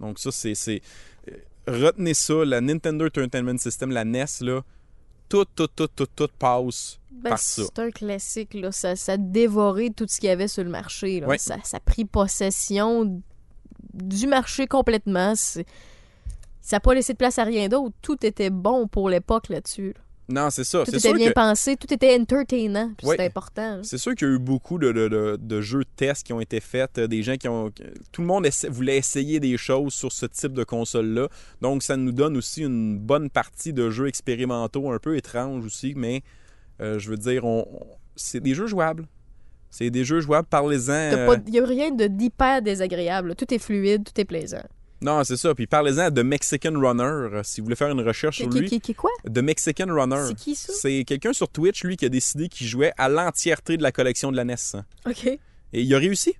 Speaker 5: Donc ça, c'est... c'est- euh, Retenez ça, la Nintendo Entertainment System, la NES, là, tout, tout, tout, tout, tout passe
Speaker 4: Ben,
Speaker 5: par ça.
Speaker 4: c'est un classique, là. Ça, ça dévorait tout ce qu'il y avait sur le marché. Là.
Speaker 5: Ouais.
Speaker 4: Ça, ça a pris possession du marché complètement. C'est- Ça n'a pas laissé de place à rien d'autre. Tout était bon pour l'époque là-dessus. là.
Speaker 5: Non, c'est
Speaker 4: Tout
Speaker 5: ça. Ah, C'est
Speaker 4: était
Speaker 5: sûr,
Speaker 4: bien
Speaker 5: que,
Speaker 4: pensé, tout était entertainant. puis
Speaker 5: Ouais.
Speaker 4: C'est important. là.
Speaker 5: c'est sûr qu'il y a eu beaucoup de, de, de- de jeux tests qui ont été faits, euh, des gens qui ont... que- Tout le monde essa- voulait essayer des choses sur ce type de console-là. Donc, ça nous donne aussi une bonne partie de jeux expérimentaux, un peu étranges aussi, mais euh, je veux dire, on, on- c'est des jeux jouables. C'est des jeux jouables, parlez-en.
Speaker 4: T'as
Speaker 5: euh,
Speaker 4: pas- Il n'y a rien de- d'hyper désagréable. là. Tout est fluide, tout est plaisant.
Speaker 5: Non, c'est ça. Puis parlez-en de Mexican Runner, euh, si vous voulez faire une recherche
Speaker 4: Qui,
Speaker 5: sur
Speaker 4: qui,
Speaker 5: lui.
Speaker 4: qui- qui- quoi?
Speaker 5: De Mexican Runner.
Speaker 4: C'est qui ça?
Speaker 5: C'est quelqu'un sur Twitch, lui, qui a décidé qu'il jouait à l'entièreté de la collection de la E NES.
Speaker 4: OK.
Speaker 5: Et il a réussi.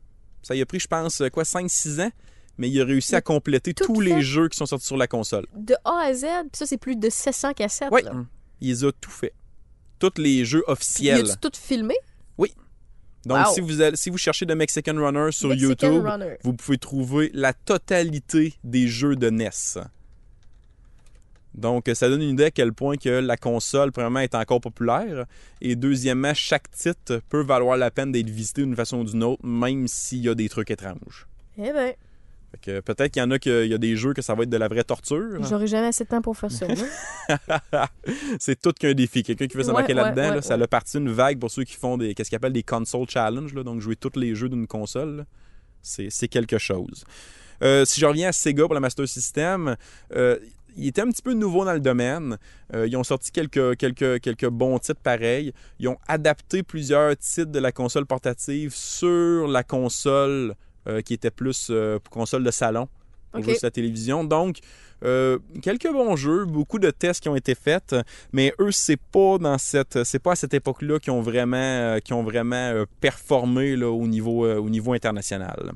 Speaker 5: Ça y a pris, je pense, euh, quoi, 5-6 ans. Mais il a réussi
Speaker 4: Il a
Speaker 5: à compléter
Speaker 4: tout
Speaker 5: tous
Speaker 4: fait.
Speaker 5: les jeux qui sont sortis sur la console.
Speaker 4: De A à Z, puis ça, c'est plus de 700 cassettes.
Speaker 5: Oui,
Speaker 4: là.
Speaker 5: il les a tout fait. Tous les jeux
Speaker 4: Puis, y a-tu
Speaker 5: officiels.
Speaker 4: tout filmé?
Speaker 5: Donc,
Speaker 4: Wow.
Speaker 5: si, vous allez- si vous cherchez de Mexican Runner sur
Speaker 4: Mexican
Speaker 5: YouTube,
Speaker 4: Runner.
Speaker 5: vous pouvez trouver la totalité des jeux de NES. Donc, ça donne une idée à quel point que la console, premièrement, est encore populaire. Et deuxièmement, chaque titre peut valoir la peine d'être visité d'une façon ou d'une autre, même s'il y a des trucs étranges.
Speaker 4: Eh ben,
Speaker 5: Fait que peut-être qu'il y en a, que, il y a des jeux que ça va être de la vraie torture.
Speaker 4: j'aurais jamais assez de temps pour faire ça. moi.
Speaker 5: c'est tout qu'un défi. Quelqu'un qui veut se
Speaker 4: Ouais,
Speaker 5: marquer
Speaker 4: ouais,
Speaker 5: là-dedans,
Speaker 4: ouais,
Speaker 5: là, ça
Speaker 4: ouais.
Speaker 5: a parti une vague pour ceux qui font des qu'est-ce qu'ils appellent des console challenge, là, donc jouer tous les jeux d'une console. là. C'est c'est quelque chose. Euh, si je reviens à Sega pour la Master System, euh, ils étaient un petit peu nouveaux dans le domaine. Euh, ils ont sorti quelques, quelques, quelques bons titres pareils. Ils ont adapté plusieurs titres de la console portative sur la console euh, qui était plus euh, console de salon au
Speaker 4: Ok.
Speaker 5: jeu sur la télévision. Donc, euh, quelques bons jeux, beaucoup de tests qui ont été faits, mais eux, c'est pas dans cette, c'est pas à cette époque-là qu'ils ont vraiment, euh, qu'ils ont vraiment euh, performé là, au, niveau, euh, au niveau international.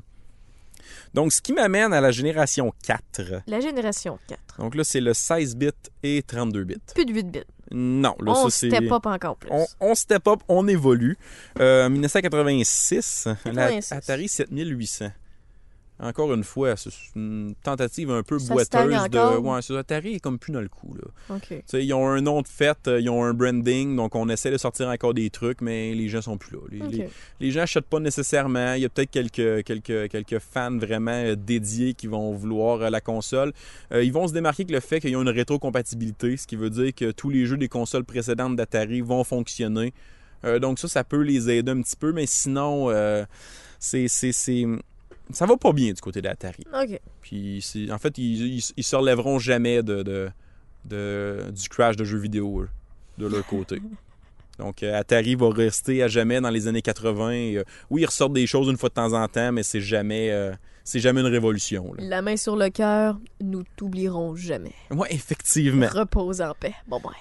Speaker 5: Donc, ce qui m'amène à la génération 4.
Speaker 4: La génération 4.
Speaker 5: Donc là, c'est le 16 bits et 32 bits.
Speaker 4: Plus de 8 bits.
Speaker 5: Non, là,
Speaker 4: on
Speaker 5: ça, c'est...
Speaker 4: step up encore plus.
Speaker 5: On, on step up, on évolue. Euh, 1986, la
Speaker 4: 86.
Speaker 5: Atari 7800. Encore une fois, c'est une tentative un peu
Speaker 4: Ça se
Speaker 5: boiteuse
Speaker 4: stagne
Speaker 5: de.
Speaker 4: encore?
Speaker 5: Ouais, c'est- Atari est comme plus dans le coup. Là.
Speaker 4: OK.
Speaker 5: Tu sais, ils ont un nom de fête, euh, ils ont un branding, donc on essaie de sortir encore des trucs, mais les gens sont plus là. Les,
Speaker 4: OK.
Speaker 5: les- les gens n'achètent pas nécessairement. Il y a peut-être quelques, quelques, quelques fans vraiment euh, dédiés qui vont vouloir euh, la console. Euh, ils vont se démarquer avec le fait qu'ils ont une rétrocompatibilité, ce qui veut dire que tous les jeux des consoles précédentes d'Atari vont fonctionner. Euh, donc ça, ça peut les aider un petit peu, mais sinon, euh, c'est, c'est, c'est... ça va pas bien du côté d'Atari.
Speaker 4: OK.
Speaker 5: Puis c'est- en fait, ils, ils, ils se relèveront jamais de, de- de- du crash de jeux vidéo, eux, de leur côté. Donc euh, Atari va rester à jamais dans les années 80. et, euh, oui, ils ressortent des choses une fois de temps en temps, mais c'est jamais, euh, c'est jamais une révolution. là.
Speaker 4: La main sur le cœur, nous t'oublierons jamais.
Speaker 5: Ouais, effectivement.
Speaker 4: Repose en paix. Bon bye.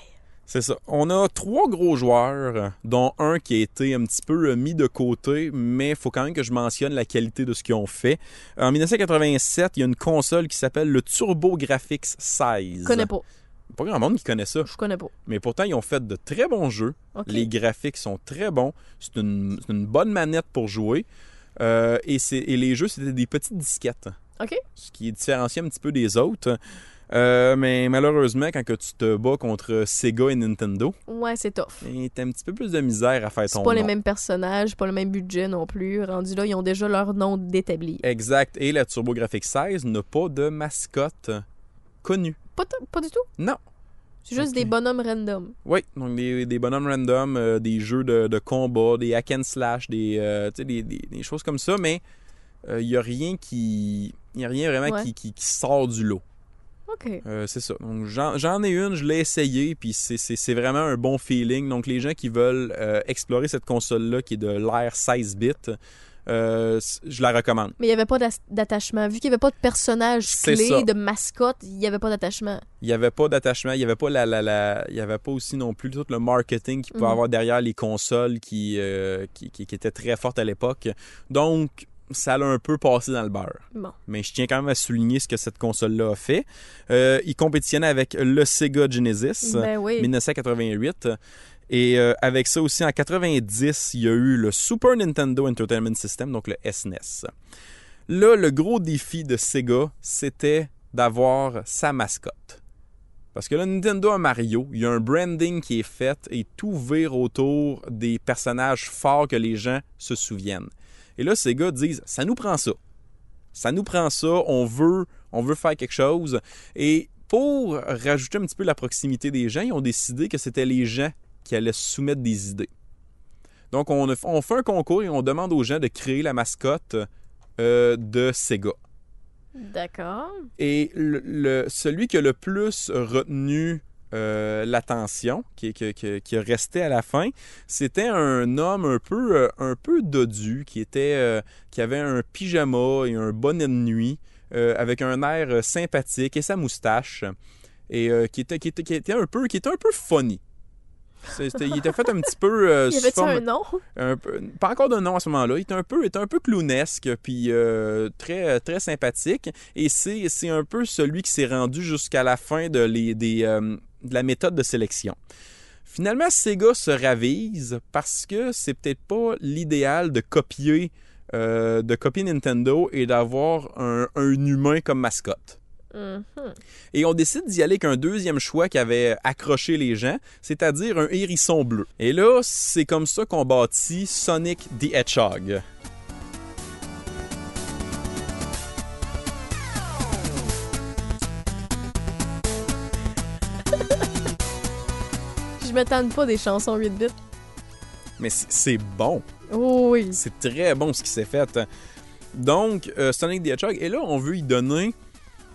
Speaker 5: C'est ça. On a trois gros joueurs, euh, dont un qui a été un petit peu euh, mis de côté, mais il faut quand même que je mentionne la qualité de ce qu'ils ont fait. En 1987, il y a une console qui s'appelle le Turbo Graphics 16.
Speaker 4: Je connais pas.
Speaker 5: Pas grand monde qui connaît ça.
Speaker 4: Je connais pas.
Speaker 5: Mais pourtant, ils ont fait de très bons jeux.
Speaker 4: OK.
Speaker 5: Les graphiques sont très bons. C'est une, c'est une bonne manette pour jouer. Euh, et, c'est- et les jeux, c'était des petites disquettes.
Speaker 4: OK.
Speaker 5: Ce qui différencie un petit peu des autres. Euh, mais malheureusement, quand que tu te bats contre Sega et Nintendo,
Speaker 4: Ouais, c'est tough.
Speaker 5: eh, t'as un petit peu plus de misère à faire
Speaker 4: C'est
Speaker 5: ton
Speaker 4: pas les
Speaker 5: nom.
Speaker 4: mêmes personnages, pas le même budget non plus. Rendu là, ils ont déjà leur nom d'établi.
Speaker 5: Eh. Exact. Et la TurboGrafx 16 n'a pas de mascotte connue.
Speaker 4: Pas, t- pas du tout.
Speaker 5: Non.
Speaker 4: C'est juste
Speaker 5: Ok.
Speaker 4: des bonhommes random.
Speaker 5: Oui, donc des, des bonhommes random, euh, des jeux de, de combat, des hack and slash, des, euh, tu sais, des, des- des choses comme ça, mais il n'y a rien qui. y a rien vraiment
Speaker 4: Ouais.
Speaker 5: qui, qui- qui sort du lot.
Speaker 4: OK.
Speaker 5: Euh, c'est ça. Donc j'en j'en ai une, je l'ai essayé, puis c'est- c'est c'est vraiment un bon feeling. Donc les gens qui veulent euh, explorer cette console-là, qui est de l'ère 16 bits, euh, c- je la recommande.
Speaker 4: Mais il n'y avait pas d'as- d'attachement. Vu qu'il n'y avait pas de personnage
Speaker 5: C'est ça.
Speaker 4: clé, de mascotte, il n'y avait pas d'attachement.
Speaker 5: il n'y avait pas d'attachement, il n'y avait pas la, la, la- il y avait pas aussi non plus tout le marketing qu'il peut
Speaker 4: Mhm.
Speaker 5: avoir derrière les consoles qui, euh, qui, qui, qui étaient très fortes à l'époque. Donc, ça l'a un peu passé dans le beurre.
Speaker 4: Bon.
Speaker 5: Mais je tiens quand même à souligner ce que cette console-là a fait. Euh, il compétitionnait avec le Sega Genesis.
Speaker 4: Ben oui.
Speaker 5: 1988. Et euh, avec ça aussi, en 90, il y a eu le Super Nintendo Entertainment System, donc le SNES. Là, le gros défi de Sega, c'était d'avoir sa mascotte. Parce que là, Nintendo a Mario, il y a un branding qui est fait et tout vire autour des personnages forts que les gens se souviennent. Et là, Sega disent, ça nous prend ça. Ça nous prend ça, on veut, on veut faire quelque chose. Et pour rajouter un petit peu la proximité des gens, ils ont décidé que c'était les gens qui allaient soumettre des idées. Donc, on, a- on fait un concours et on demande aux gens de créer la mascotte euh, de Sega.
Speaker 4: D'accord.
Speaker 5: Et le, le- celui qui a le plus retenu euh, l'attention, qui, qui, qui, qui est resté à la fin, c'était un homme un peu, euh, un peu dodu, qui, était, euh, qui avait un pyjama et un bonnet de nuit, euh, avec un air euh, sympathique et sa moustache, et euh, qui, était, qui, était, qui était un peu, qui était un peu funny. C'était- il était fait un petit peu... euh,
Speaker 4: Il y
Speaker 5: sous
Speaker 4: avait-tu
Speaker 5: forme-
Speaker 4: un nom?
Speaker 5: un peu- pas encore de nom à ce moment-là. Il est un peu, il est un peu clownesque, puis euh, très, très sympathique. Et c'est, c'est un peu celui qui s'est rendu jusqu'à la fin de, les, des, euh, de la méthode de sélection. Finalement, Sega se ravise parce que c'est peut-être pas l'idéal de copier, euh, de copier Nintendo et d'avoir un- un humain comme mascotte.
Speaker 4: Mhm.
Speaker 5: Et on décide d'y aller avec un deuxième choix qui avait accroché les gens, c'est-à-dire un hérisson bleu. Et là, c'est comme ça qu'on bâtit Sonic the Hedgehog.
Speaker 4: Je m'étonne pas des chansons 8 bits.
Speaker 5: Mais c'est- c'est bon,
Speaker 4: Oh oui.
Speaker 5: c'est très bon ce qui s'est fait. Donc, euh, Sonic the Hedgehog, et là, on veut y donner,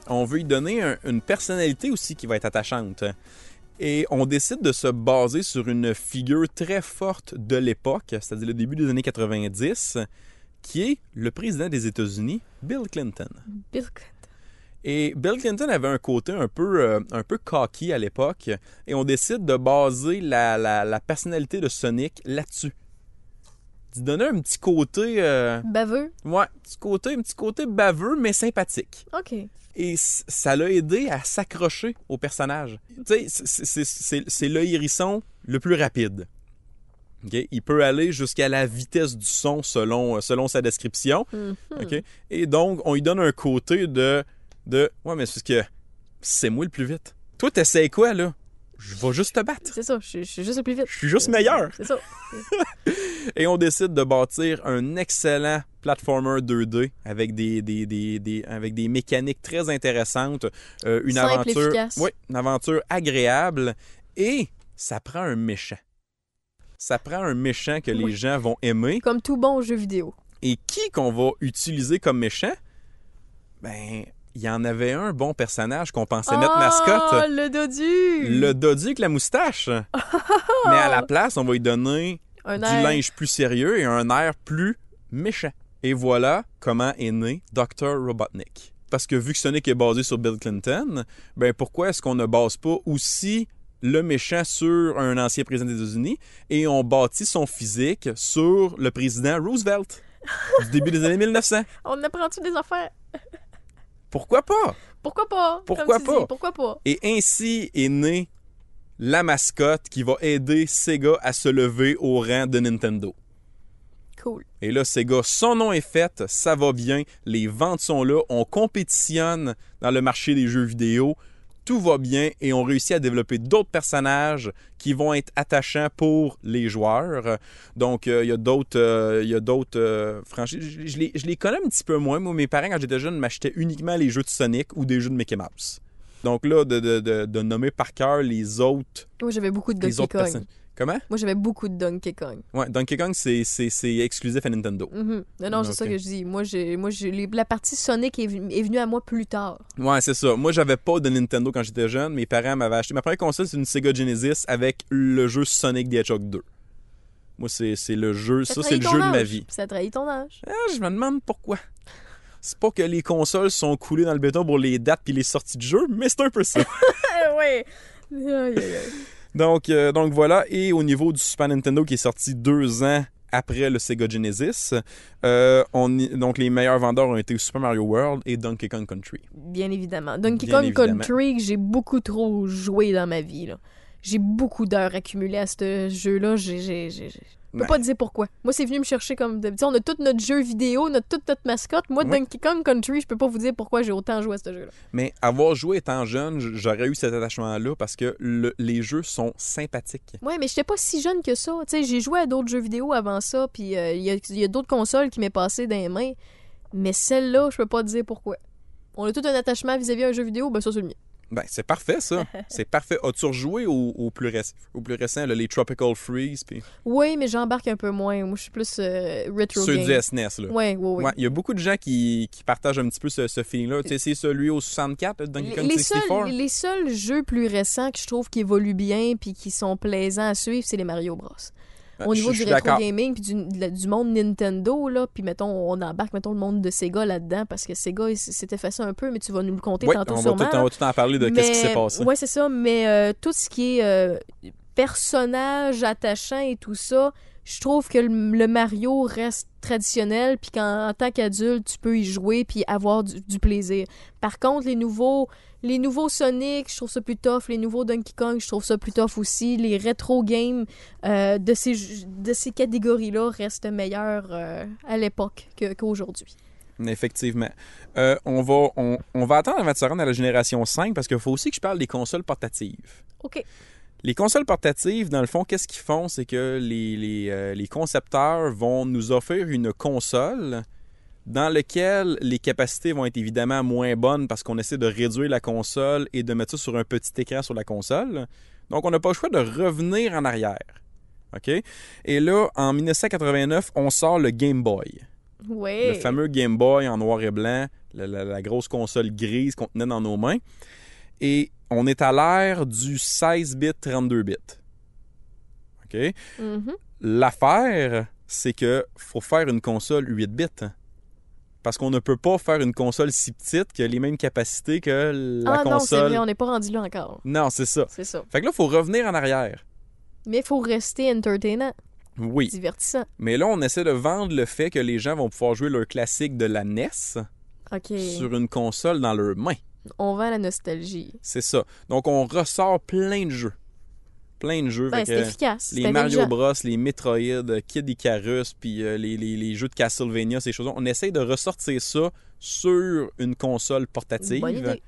Speaker 5: on veut y donner un- une personnalité aussi qui va être attachante. Et on décide de se baser sur une figure très forte de l'époque, c'est-à-dire le début des années 90, qui est le président des États-Unis, Bill Clinton.
Speaker 4: Bill Clinton.
Speaker 5: Et Bill Clinton avait un côté un peu, euh, un peu cocky à l'époque, et on décide de baser la, la- la personnalité de Sonic là-dessus. D'y donner un petit côté, euh,
Speaker 4: Baveux.
Speaker 5: ouais, petit côté, un petit côté baveux mais sympathique.
Speaker 4: OK.
Speaker 5: Et c- ça l'a aidé à s'accrocher au personnage. Tu sais, c'est- c'est- c'est c'est le hérisson le plus rapide. OK? Il peut aller jusqu'à la vitesse du son selon, euh, selon sa description.
Speaker 4: Mhm.
Speaker 5: OK? Et donc, on lui donne un côté de. de ouais, mais c'est parce que c'est moi le plus vite. Toi, t'essayes quoi, là? Je vais juste te battre.
Speaker 4: C'est ça, je suis- je suis juste le plus vite.
Speaker 5: Je suis juste meilleur.
Speaker 4: C'est ça.
Speaker 5: Et on décide de bâtir un excellent platformer 2D avec des, des, des- des- avec des mécaniques très intéressantes. euh, une
Speaker 4: Simple,
Speaker 5: aventure.
Speaker 4: efficace.
Speaker 5: Oui, une aventure agréable. Et ça prend un méchant. Ça prend un méchant que les
Speaker 4: Oui.
Speaker 5: gens vont aimer.
Speaker 4: Comme tout bon jeu vidéo.
Speaker 5: Et qui qu'on va utiliser comme méchant? Ben, il y en avait un bon personnage qu'on pensait notre
Speaker 4: oh,
Speaker 5: mascotte.
Speaker 4: le dodu!
Speaker 5: Le dodu avec la moustache. Mais à la place, on va lui donner
Speaker 4: Un
Speaker 5: du
Speaker 4: air.
Speaker 5: linge plus sérieux et un air plus méchant. Et voilà comment est né Dr. Robotnik. Parce que vu que Sonic est basé sur Bill Clinton, ben pourquoi est-ce qu'on ne base pas aussi le méchant sur un ancien président des États-Unis et on bâtit son physique sur le président Roosevelt du début des années 1900?
Speaker 4: On apprend-tu des affaires?
Speaker 5: Pourquoi pas?
Speaker 4: Pourquoi pas? comme
Speaker 5: Pourquoi
Speaker 4: tu
Speaker 5: pas?
Speaker 4: dis, pourquoi pas?
Speaker 5: Et ainsi est née la mascotte qui va aider Sega à se lever au rang de Nintendo.
Speaker 4: Cool.
Speaker 5: Et là, Sega, son nom est fait, ça va bien, les ventes sont là, on compétitionne dans le marché des jeux vidéo, tout va bien et on réussit à développer d'autres personnages qui vont être attachants pour les joueurs. Donc, euh, il y a d'autres euh, il y a d'autres euh, franchises. Je, je les, je les connais un petit peu moins. Moi, mes parents, quand j'étais jeune, m'achetaient uniquement les jeux de Sonic ou des jeux de Mickey Mouse. Donc là, de, de- de- de nommer par cœur les autres,
Speaker 4: Moi, j'avais beaucoup de
Speaker 5: les
Speaker 4: Donkey
Speaker 5: autres
Speaker 4: Kong.
Speaker 5: personnes. Comment?
Speaker 4: Moi, j'avais beaucoup de Donkey Kong.
Speaker 5: Ouais, Donkey Kong, c'est- c'est c'est exclusif à Nintendo.
Speaker 4: Mhm. Non, non, c'est
Speaker 5: Ok.
Speaker 4: ça que je dis. Moi, j'ai, moi j'ai, les- la partie Sonic est, ven- est venue à moi plus tard.
Speaker 5: Ouais, c'est ça. Moi, j'avais pas de Nintendo quand j'étais jeune. Mes parents m'avaient acheté. Ma première console, c'est une Sega Genesis avec le jeu Sonic the Hedgehog 2. Moi, c'est c'est le jeu. Ça, c'est
Speaker 4: trahit
Speaker 5: le
Speaker 4: ton
Speaker 5: jeu de ma
Speaker 4: âge.
Speaker 5: vie.
Speaker 4: Ça trahit ton âge.
Speaker 5: Ah, je me demande pourquoi. C'est pas que les consoles sont coulées dans le béton pour les dates puis les sorties de jeu, mais c'est un peu ça.
Speaker 4: oui. Ah, Aïe, aïe, aïe.
Speaker 5: donc, euh, donc voilà. Et au niveau du Super Nintendo qui est sorti deux ans après le Sega Genesis, euh, on y- donc les meilleurs vendeurs ont été Super Mario World et Donkey Kong Country.
Speaker 4: Bien évidemment. Donkey
Speaker 5: Bien
Speaker 4: Kong
Speaker 5: évidemment.
Speaker 4: Country, j'ai beaucoup trop joué dans ma vie. là. J'ai beaucoup d'heures accumulées à ce jeu-là. J'ai, j'ai, j'ai- j'ai- Je peux
Speaker 5: Ouais.
Speaker 4: pas te dire pourquoi. Moi, c'est venu me chercher comme d'habitude. On a tout notre jeu vidéo, on a toute notre mascotte. Moi,
Speaker 5: Ouais.
Speaker 4: Donkey Kong Country, je peux pas vous dire pourquoi j'ai autant joué à ce jeu-là.
Speaker 5: Mais avoir joué étant jeune, j- j'aurais eu cet attachement-là parce que le- les jeux sont sympathiques.
Speaker 4: Ouais, mais j'étais pas si jeune que ça. Tu sais, j'ai joué à d'autres jeux vidéo avant ça, puis euh, il y a, il y a d'autres consoles qui m'est passé dans les mains. Mais celle-là, je peux pas te dire pourquoi. On a tout un attachement vis-à-vis un jeu vidéo, ben ça, c'est le mien.
Speaker 5: Ben, c'est parfait, ça. c'est parfait. As-tu rejoué au, au plus, réc- au plus récent, là, les Tropical Freeze, puis
Speaker 4: Oui, mais j'embarque un peu moins. Moi, je suis plus euh, retro
Speaker 5: ceux
Speaker 4: game.
Speaker 5: du SNES, là?
Speaker 4: Ouais, ouais, ouais.
Speaker 5: Ouais, il y a beaucoup de gens qui, qui partagent un petit peu ce, ce feeling-là. Tu sais, c'est celui au 64, là, de Donkey
Speaker 4: Les-
Speaker 5: Kong
Speaker 4: les,
Speaker 5: 64.
Speaker 4: seuls, les seuls jeux plus récents que je trouve qui évoluent bien puis qui sont plaisants à suivre, c'est les Mario Bros.
Speaker 5: Ben,
Speaker 4: Au
Speaker 5: je-
Speaker 4: niveau
Speaker 5: je
Speaker 4: du
Speaker 5: suis
Speaker 4: rétro
Speaker 5: d'accord.
Speaker 4: gaming puis du, de la- du monde Nintendo là, puis mettons on embarque mettons le monde de Sega là-dedans parce que Sega il s- s'est effacé un peu mais tu vas nous le compter
Speaker 5: Ouais,
Speaker 4: tantôt
Speaker 5: on, va
Speaker 4: sûrement.
Speaker 5: tout, on va tout en parler de
Speaker 4: Mais-
Speaker 5: qu'est-ce qui s'est passé.
Speaker 4: Ouais, c'est ça, mais euh, tout ce qui est euh, personnage attachant et tout ça, je trouve que le, le Mario reste traditionnel, puis qu'en en tant qu'adulte, tu peux y jouer puis avoir du, du plaisir. Par contre, les nouveaux, les nouveaux Sonic, je trouve ça plus tough. Les nouveaux Donkey Kong, je trouve ça plus tough aussi. Les rétro games euh, de ces, ju- de ces catégories-là restent meilleurs euh, à l'époque que- qu'aujourd'hui.
Speaker 5: Effectivement. Euh, on, va, on, on va attendre avant de se rendre à la génération 5 parce qu'il faut aussi que je parle des consoles portatives.
Speaker 4: OK.
Speaker 5: Les consoles portatives, dans le fond, qu'est-ce qu'ils font? C'est que les, les, euh, les concepteurs vont nous offrir une console dans laquelle les capacités vont être évidemment moins bonnes parce qu'on essaie de réduire la console et de mettre ça sur un petit écran sur la console. Donc, on n'a pas le choix de revenir en arrière. OK? Et là, en 1989, on sort le Game Boy.
Speaker 4: Ouais.
Speaker 5: Le fameux Game Boy en noir et blanc, la, la- la grosse console grise qu'on tenait dans nos mains. Et on est à l'ère du 16 bits, 32 bits. OK?
Speaker 4: Mhm.
Speaker 5: L'affaire, c'est que faut faire une console 8 bits. hein. Parce qu'on ne peut pas faire une console si petite qui a les mêmes capacités que la
Speaker 4: ah non, c'est
Speaker 5: console.
Speaker 4: vrai, on n'est pas rendu là encore.
Speaker 5: non, c'est ça.
Speaker 4: C'est ça.
Speaker 5: Fait que là, il faut revenir en arrière.
Speaker 4: Mais il faut rester entertainant,
Speaker 5: Oui.
Speaker 4: divertissant.
Speaker 5: Mais là, on essaie de vendre le fait que les gens vont pouvoir jouer leur classique de la NES
Speaker 4: OK.
Speaker 5: sur une console dans leur main.
Speaker 4: On vend la nostalgie.
Speaker 5: C'est ça. Donc, on ressort plein de jeux. Plein de jeux.
Speaker 4: Ben,
Speaker 5: Fait
Speaker 4: c'est
Speaker 5: que
Speaker 4: efficace. c'est
Speaker 5: les Mario
Speaker 4: intelligent.
Speaker 5: Bros, les Metroid, euh, Kid Icarus, puis euh, les, les- les jeux de Castlevania, ces choses-là. On essaie de ressortir ça sur une console portative.
Speaker 4: Bonne idée.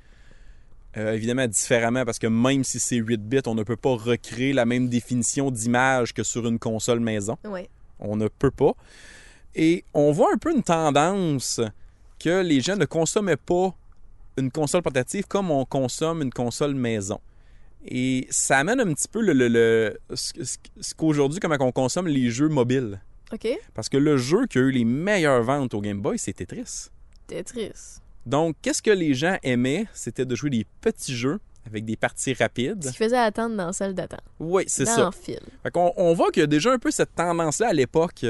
Speaker 5: Euh, évidemment, différemment, parce que même si c'est 8 bits, on ne peut pas recréer la même définition d'image que sur une console maison.
Speaker 4: Ouais.
Speaker 5: On ne peut pas. Et on voit un peu une tendance que les gens ne consommaient pas une console portative comme on consomme une console maison. Et ça amène un petit peu le, le- le- ce, ce- ce qu'aujourd'hui, comment on consomme les jeux mobiles.
Speaker 4: OK.
Speaker 5: Parce que le jeu qui a eu les meilleures ventes au Game Boy, c'est Tetris.
Speaker 4: Tetris.
Speaker 5: Donc, qu'est-ce que les gens aimaient? C'était de jouer des petits jeux avec des parties
Speaker 4: Ce
Speaker 5: rapides.
Speaker 4: qui faisait attendre dans la salle d'attente.
Speaker 5: Oui, c'est
Speaker 4: Dans
Speaker 5: ça.
Speaker 4: le fil.
Speaker 5: Fait qu'on- on voit qu'il y a déjà un peu cette tendance-là à l'époque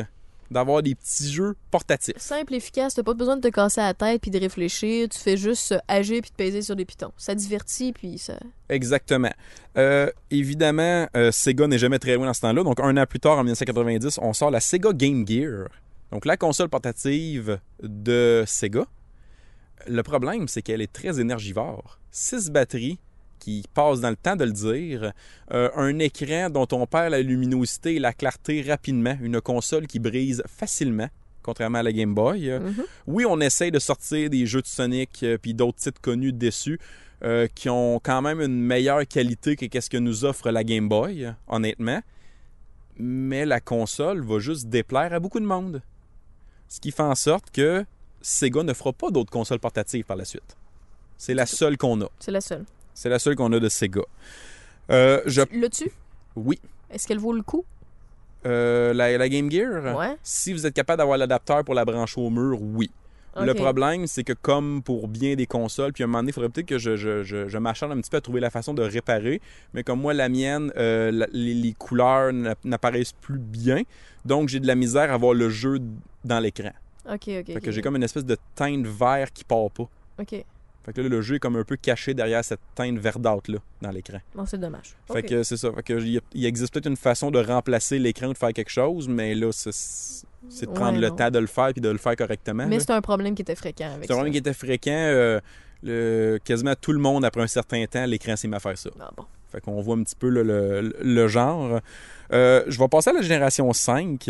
Speaker 5: d'avoir des petits jeux portatifs.
Speaker 4: Simple, efficace, t'as pas besoin de te casser la tête puis de réfléchir. Tu fais juste euh, agir puis de peser sur des pitons. Ça divertit puis ça.
Speaker 5: Exactement. Euh, évidemment, euh, Sega n'est jamais très loin dans ce temps-là. Donc, un an plus tard, en 1990, on sort la Sega Game Gear. Donc, la console portative de Sega. Le problème, c'est qu'elle est très énergivore. Six batteries qui passent dans le temps de le dire. Euh, un écran dont on perd la luminosité et la clarté rapidement. Une console qui brise facilement, contrairement à la Game Boy. Euh,
Speaker 4: Mhm.
Speaker 5: Oui, on essaye de sortir des jeux de Sonic euh, puis d'autres titres connus dessus euh, qui ont quand même une meilleure qualité que qu'est-ce que nous offre la Game Boy, euh, honnêtement. Mais la console va juste déplaire à beaucoup de monde. Ce qui fait en sorte que Sega ne fera pas d'autres consoles portatives par la suite. C'est la seule qu'on a.
Speaker 4: C'est la seule.
Speaker 5: C'est la seule qu'on a de Sega. Euh, je...
Speaker 4: L'as-tu?
Speaker 5: Oui.
Speaker 4: Est-ce qu'elle vaut le coup?
Speaker 5: Euh, la, la Game Gear,
Speaker 4: Ouais.
Speaker 5: si vous êtes capable d'avoir l'adapteur pour la brancher au mur, oui. Le
Speaker 4: Ok.
Speaker 5: problème, c'est que comme pour bien des consoles, puis à un moment donné, il faudrait peut-être que je, je, je, je m'acharne un petit peu à trouver la façon de réparer. Mais comme moi, la mienne, euh, la- les, les couleurs n'a- n'apparaissent plus bien. Donc, j'ai de la misère à voir le jeu dans l'écran.
Speaker 4: Ok, ok.
Speaker 5: Fait
Speaker 4: ok.
Speaker 5: que j'ai comme une espèce de teinte vert qui part pas.
Speaker 4: Ok.
Speaker 5: Fait que là, le jeu est comme un peu caché derrière cette teinte verdâtre-là dans l'écran.
Speaker 4: Bon, c'est dommage.
Speaker 5: Fait
Speaker 4: Ok.
Speaker 5: que c'est ça. Fait que il y a- il existe peut-être une façon de remplacer l'écran ou de faire quelque chose, mais là, c'est- c'est de
Speaker 4: Ouais,
Speaker 5: prendre le
Speaker 4: non.
Speaker 5: temps de le faire puis de le faire correctement. là.
Speaker 4: Mais c'est un problème qui était fréquent avec
Speaker 5: hein, C'est un
Speaker 4: ça.
Speaker 5: problème qui était fréquent. euh, le- quasiment tout le monde, après un certain temps, l'écran s'est mis à faire ça.
Speaker 4: Ah bon.
Speaker 5: Fait qu'on voit un petit peu le, le- le genre. Euh, je vais passer à la génération 5.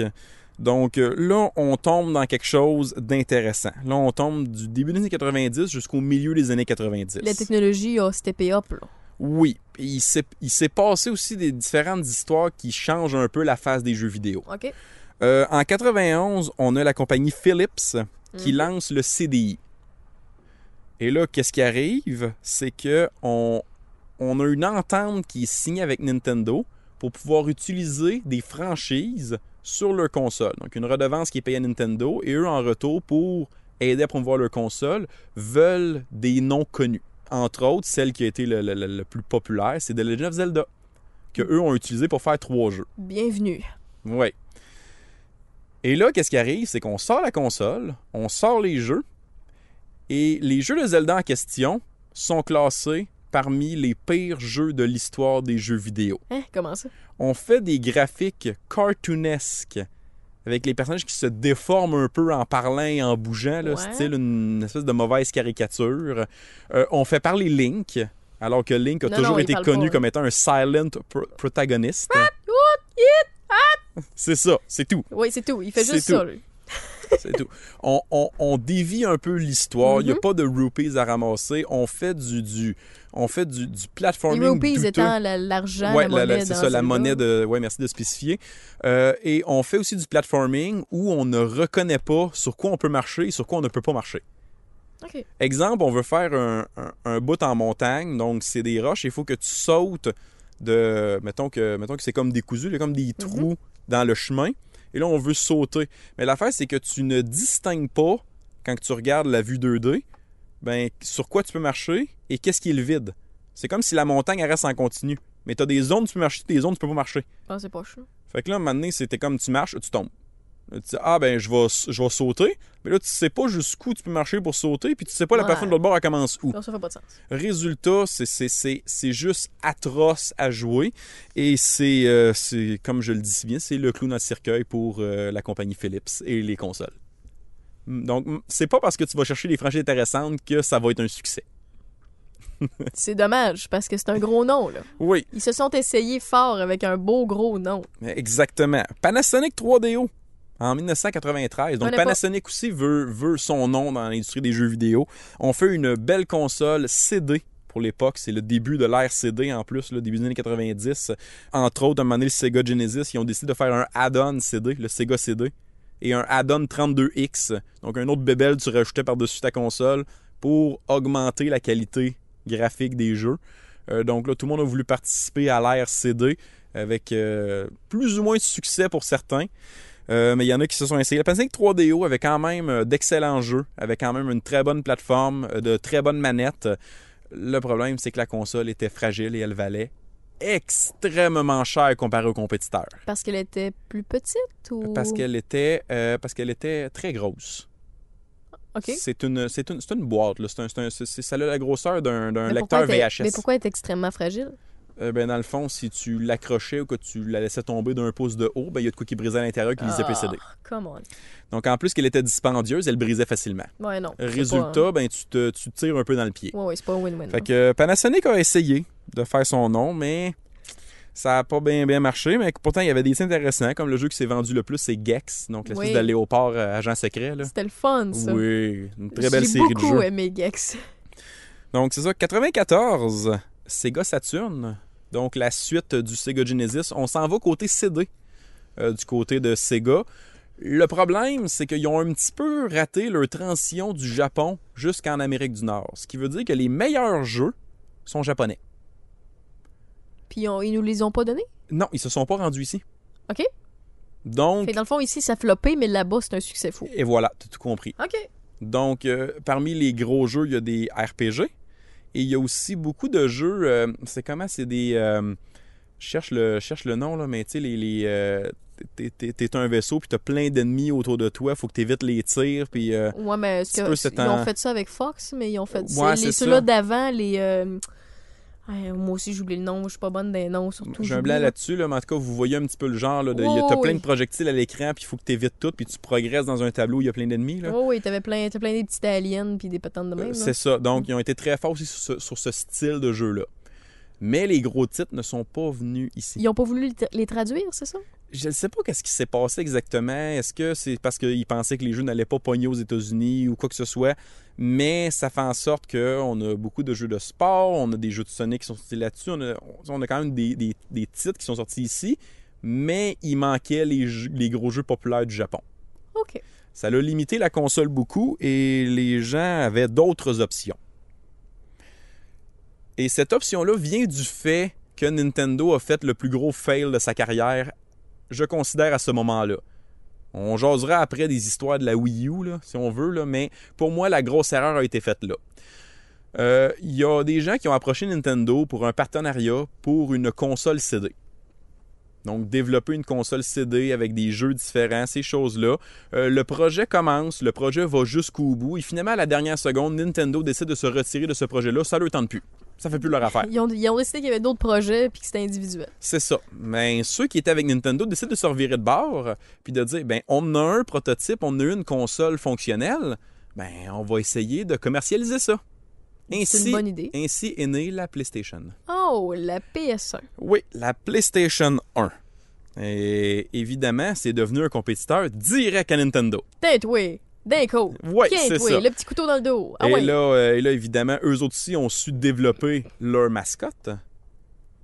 Speaker 5: Donc euh, là, on tombe dans quelque chose d'intéressant. Là, on tombe du début des années 90 jusqu'au milieu des années 90.
Speaker 4: La technologie a steppé up, là.
Speaker 5: Oui. Il s'est il s'est passé aussi des différentes histoires qui changent un peu la face des jeux vidéo.
Speaker 4: OK.
Speaker 5: Euh, en 91, on a la compagnie Philips qui
Speaker 4: Mhm.
Speaker 5: lance le CDI. Et là, qu'est-ce qui arrive? C'est que on, on a une entente qui est signée avec Nintendo pour pouvoir utiliser des franchises sur leur console. Donc, une redevance qui est payée à Nintendo et eux, en retour, pour aider à promouvoir leur console, veulent des noms connus. Entre autres, celle qui a été le, le- le- le plus populaire, c'est The Legend of Zelda, que eux ont utilisé pour faire trois jeux.
Speaker 4: Bienvenue.
Speaker 5: Oui. Et là, qu'est-ce qui arrive? C'est qu'on sort la console, on sort les jeux, et les jeux de Zelda en question sont classés parmi les pires jeux de l'histoire des jeux vidéo.
Speaker 4: Hein? Comment ça?
Speaker 5: On fait des graphiques cartoonesques avec les personnages qui se déforment un peu en parlant et en bougeant, là,
Speaker 4: Ouais.
Speaker 5: style une espèce de mauvaise caricature. Euh, on fait parler Link, alors que Link a
Speaker 4: Non,
Speaker 5: toujours
Speaker 4: non, il
Speaker 5: été
Speaker 4: parle
Speaker 5: connu
Speaker 4: pas,
Speaker 5: comme étant un silent pro- protagoniste. C'est ça, c'est tout.
Speaker 4: Oui, c'est tout. Il fait
Speaker 5: C'est
Speaker 4: juste
Speaker 5: tout.
Speaker 4: ça, lui.
Speaker 5: C'est tout. On, on- on dévie un peu l'histoire.
Speaker 4: Mm-hmm.
Speaker 5: Il n'y a pas de rupees à ramasser. On fait du, du, on fait du, du platforming
Speaker 4: Les rupees
Speaker 5: douteux.
Speaker 4: étant la- l'argent,
Speaker 5: Ouais,
Speaker 4: la
Speaker 5: la-
Speaker 4: monnaie.
Speaker 5: la- c'est
Speaker 4: dans
Speaker 5: ça, la
Speaker 4: Zelda.
Speaker 5: monnaie de. Ouais, merci de spécifier. Euh, et on fait aussi du platforming où on ne reconnaît pas sur quoi on peut marcher et sur quoi on ne peut pas marcher.
Speaker 4: OK.
Speaker 5: Exemple, on veut faire un, un- un bout en montagne, donc c'est des roches, il faut que tu sautes de. Mettons que, mettons que c'est comme décousu, il y a comme des trous dans le chemin, et là on veut sauter. Mais l'affaire, c'est que tu ne distingues pas, quand tu regardes la vue 2D, ben, sur quoi tu peux marcher et qu'est-ce qui est le vide. C'est comme si la montagne elle reste en continu. Mais tu as des zones où tu peux marcher, des zones où tu peux pas marcher.
Speaker 4: Ah, c'est pas chaud.
Speaker 5: Fait que là, à un moment donné, c'était comme tu marches, tu tombes. Tu dis, ah ben je vais, s- je vais sauter. Mais là, tu sais pas jusqu'où tu peux marcher pour sauter, puis tu sais pas la
Speaker 4: Ouais.
Speaker 5: personne de l'autre bord, elle commence où.
Speaker 4: Non, ça fait pas de sens.
Speaker 5: Résultat, c'est- c'est- c'est c'est juste atroce à jouer. Et c'est, euh, c'est, comme je le dis si bien, c'est le clown à cercueil pour euh, la compagnie Philips et les consoles. Mm, Donc, mm, c'est pas parce que tu vas chercher des franchises intéressantes que ça va être un succès.
Speaker 4: C'est dommage, parce que c'est un gros nom, là.
Speaker 5: Oui,
Speaker 4: Ils se sont essayés fort avec un beau gros nom.
Speaker 5: exactement. Panasonic 3DO en 1993. Donc,
Speaker 4: On est pas-
Speaker 5: Panasonic aussi veut, veut son nom dans l'industrie des jeux vidéo. On fait une belle console CD pour l'époque. C'est le début de l'ère CD en plus, le début des années 90. Entre autres, à un moment donné, le Sega Genesis, ils ont décidé de faire un add-on CD, le Sega CD, et un add-on 32X. Donc, un autre bébel que tu rajoutais par-dessus ta console pour augmenter la qualité graphique des jeux. Euh, donc là, tout le monde a voulu participer à l'ère CD avec euh, plus ou moins de succès pour certains. Euh, mais il y en a qui se sont essayés. La Panasonic 3DO avait quand même euh, d'excellents jeux, avait quand même une très bonne plateforme, euh, de très bonnes manettes. Le problème, c'est que la console était fragile et elle valait extrêmement cher comparé aux compétiteurs.
Speaker 4: Parce qu'elle était plus petite ou.
Speaker 5: Parce qu'elle était, euh, parce qu'elle était très grosse.
Speaker 4: OK.
Speaker 5: C'est une, c'est une, c'est une boîte. Là. C'est un, c'est un- c'est- ça a la grosseur d'un, d'un
Speaker 4: Mais pourquoi
Speaker 5: lecteur
Speaker 4: elle était-
Speaker 5: VHS.
Speaker 4: Mais pourquoi elle est extrêmement fragile?
Speaker 5: Euh, ben, dans le fond, si tu l'accrochais ou que tu la laissais tomber d'un pouce de haut, ben, il y a de quoi qui brisait à l'intérieur qui lisait
Speaker 4: Ah,
Speaker 5: PCD.
Speaker 4: Come on.
Speaker 5: Donc, en plus qu'elle était dispendieuse, elle brisait facilement.
Speaker 4: Ouais, non. c'est
Speaker 5: Résultat, ben, tu, te, tu te tires un peu dans le pied.
Speaker 4: Pas... hein. Ouais, ouais, c'est pas un win-win.
Speaker 5: Fait
Speaker 4: non.
Speaker 5: que euh, Panasonic a essayé de faire son nom, mais ça n'a pas bien, bien marché. Mais pourtant, il y avait des titres intéressants, comme le jeu qui s'est vendu le plus, c'est Gex, donc l'espèce
Speaker 4: Oui.
Speaker 5: de léopard euh, agent secret. Là.
Speaker 4: C'était le fun, ça.
Speaker 5: Oui, une très belle
Speaker 4: J'ai
Speaker 5: série de
Speaker 4: beaucoup
Speaker 5: jeux.
Speaker 4: aimé Gex.
Speaker 5: Donc, c'est ça, 94, Sega Saturn. Donc, la suite du Sega Genesis. On s'en va côté CD, euh, du côté de Sega. Le problème, c'est qu'ils ont un petit peu raté leur transition du Japon jusqu'en Amérique du Nord. Ce qui veut dire que les meilleurs jeux sont japonais.
Speaker 4: Puis on- ils nous les ont pas donnés.
Speaker 5: Non, ils se sont pas rendus ici.
Speaker 4: OK.
Speaker 5: Donc,
Speaker 4: Fait que dans le fond, ici, ça flopait, mais là-bas, c'est un succès fou.
Speaker 5: et voilà, t'as tout compris.
Speaker 4: OK.
Speaker 5: Donc, euh, parmi les gros jeux, il y a des RPG. Et il y a aussi beaucoup de jeux. euh, c'est comment C'est des. euh, je cherche le, je cherche le nom, là, mais tu sais, les. les euh, t'es- t'es t'es un vaisseau, puis t'as plein d'ennemis autour de toi. Faut que t'évites les tirs, puis. euh,
Speaker 4: Ouais, mais est-ce
Speaker 5: Petit
Speaker 4: que-
Speaker 5: peu, c'est
Speaker 4: ils
Speaker 5: un-
Speaker 4: ont fait ça avec Fox, mais ils ont fait c'est
Speaker 5: Ouais, c'est
Speaker 4: les
Speaker 5: ça.
Speaker 4: ceux-là d'avant, les euh, ouais, moi aussi j'oublie le nom, moi, je suis pas bonne des noms surtout.
Speaker 5: J'ai un
Speaker 4: j'oublie,
Speaker 5: blanc
Speaker 4: là.
Speaker 5: là-dessus, là, mais en tout cas, vous voyez un petit peu le genre. Là, de, il y a-
Speaker 4: Oui,
Speaker 5: t'as
Speaker 4: oui,
Speaker 5: plein
Speaker 4: oui.
Speaker 5: de projectiles à l'écran, puis il faut que t'évites tout, puis tu progresses dans un tableau, il y a plein d'ennemis. là.
Speaker 4: Oh oui, t'avais plein, t'as plein des petites aliens puis des patentes de même.
Speaker 5: Euh,
Speaker 4: là.
Speaker 5: C'est ça. Donc, ils ont été très forts aussi sur ce, sur ce style de jeu-là. Mais les gros titres ne sont pas venus ici.
Speaker 4: Ils ont pas voulu les tra- les traduire, c'est ça
Speaker 5: Je ne sais pas qu'est-ce qui s'est passé exactement. Est-ce que c'est parce qu'ils pensaient que les jeux n'allaient pas pogner aux États-Unis ou quoi que ce soit? Mais ça fait en sorte qu'on a beaucoup de jeux de sport, on a des jeux de Sonic qui sont sortis là-dessus, on a, on a quand même des, des- des titres qui sont sortis ici, mais il manquait les, jeux- les gros jeux populaires du Japon.
Speaker 4: OK.
Speaker 5: Ça l'a limité la console beaucoup et les gens avaient d'autres options. Et cette option-là vient du fait que Nintendo a fait le plus gros fail de sa carrière, je considère à ce moment-là. On jasera après des histoires de la Wii U, là, si on veut, là, mais pour moi, la grosse erreur a été faite là. Euh, Il y a des gens qui ont approché Nintendo pour un partenariat pour une console CD. Donc, développer une console CD avec des jeux différents, ces choses-là. Euh, le projet commence, le projet va jusqu'au bout, et finalement, à la dernière seconde, Nintendo décide de se retirer de ce projet-là. Ça ne le tente plus. Ça fait plus leur affaire.
Speaker 4: Ils ont, ils ont décidé qu'il y avait d'autres projets puis que c'était individuel.
Speaker 5: C'est ça. Mais ceux qui étaient avec Nintendo décident de se revirer de bord puis de dire ben on a un prototype, on a une console fonctionnelle, ben on va essayer de commercialiser ça.
Speaker 4: C'est
Speaker 5: Ainsi,
Speaker 4: une bonne idée.
Speaker 5: ainsi est née la PlayStation.
Speaker 4: Oh, la PS1.
Speaker 5: Oui, la PlayStation 1. Et évidemment, c'est devenu un compétiteur direct à Nintendo.
Speaker 4: Tête oui. D'un coup.
Speaker 5: Ouais,
Speaker 4: Quinte,
Speaker 5: c'est
Speaker 4: oui,
Speaker 5: ça.
Speaker 4: Le petit couteau dans le dos. Ah
Speaker 5: et,
Speaker 4: ouais.
Speaker 5: là, euh, et là, évidemment, eux autres aussi ont su développer leur mascotte.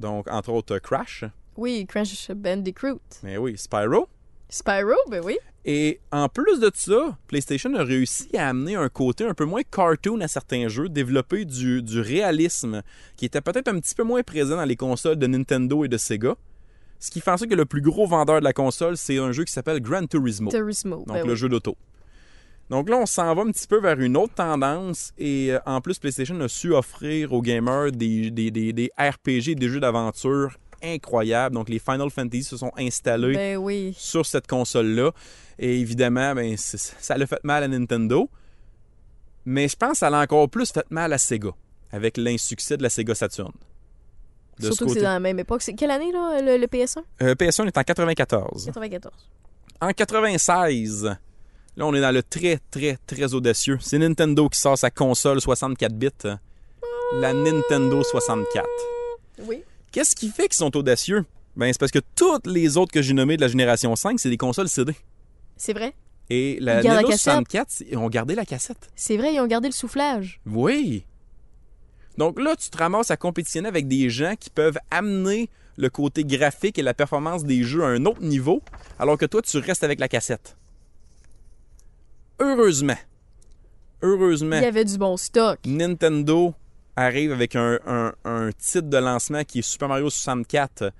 Speaker 5: Donc, entre autres, Crash.
Speaker 4: Oui, Crash Bandicoot.
Speaker 5: Mais oui, Spyro.
Speaker 4: Spyro, ben oui.
Speaker 5: Et en plus de ça, PlayStation a réussi à amener un côté un peu moins cartoon à certains jeux, développer du, du réalisme qui était peut-être un petit peu moins présent dans les consoles de Nintendo et de Sega. Ce qui fait en sorte que le plus gros vendeur de la console, c'est un jeu qui s'appelle Gran Turismo,
Speaker 4: Turismo.
Speaker 5: Oh. donc
Speaker 4: ben
Speaker 5: le
Speaker 4: oui.
Speaker 5: jeu d'auto. Donc là, on s'en va un petit peu vers une autre tendance et euh, en plus, PlayStation a su offrir aux gamers des, des, des- des RPG, des jeux d'aventure incroyables. Donc les Final Fantasy se sont installés
Speaker 4: Ben oui.
Speaker 5: sur cette console-là. Et évidemment, ben, c'est- ça l'a fait mal à Nintendo. Mais je pense que ça l'a encore plus fait mal à Sega, avec l'insuccès de la Sega Saturn. De ce
Speaker 4: Surtout que c'est
Speaker 5: côté-
Speaker 4: dans la même époque. C'est quelle année, là, le, le PS1?
Speaker 5: Euh, PS1 est en 94.
Speaker 4: 94.
Speaker 5: En 96, là, on est dans le très, très, très audacieux. C'est Nintendo qui sort sa console 64 bits, hein, la Nintendo 64.
Speaker 4: Oui.
Speaker 5: Qu'est-ce qui fait qu'ils sont audacieux? Ben, c'est parce que toutes les autres que j'ai nommées de la génération 5, c'est des consoles CD.
Speaker 4: C'est vrai.
Speaker 5: Et la
Speaker 4: Ils gardent la
Speaker 5: Nintendo
Speaker 4: cassette.
Speaker 5: 64, c'est- ils ont gardé la cassette.
Speaker 4: C'est vrai, ils ont gardé le soufflage.
Speaker 5: Oui. Donc là, tu te ramasses à compétitionner avec des gens qui peuvent amener le côté graphique et la performance des jeux à un autre niveau, alors que toi, tu restes avec la cassette. Heureusement, heureusement,
Speaker 4: Il y avait du bon stock.
Speaker 5: Nintendo arrive avec un, un- un titre de lancement qui est Super Mario 64,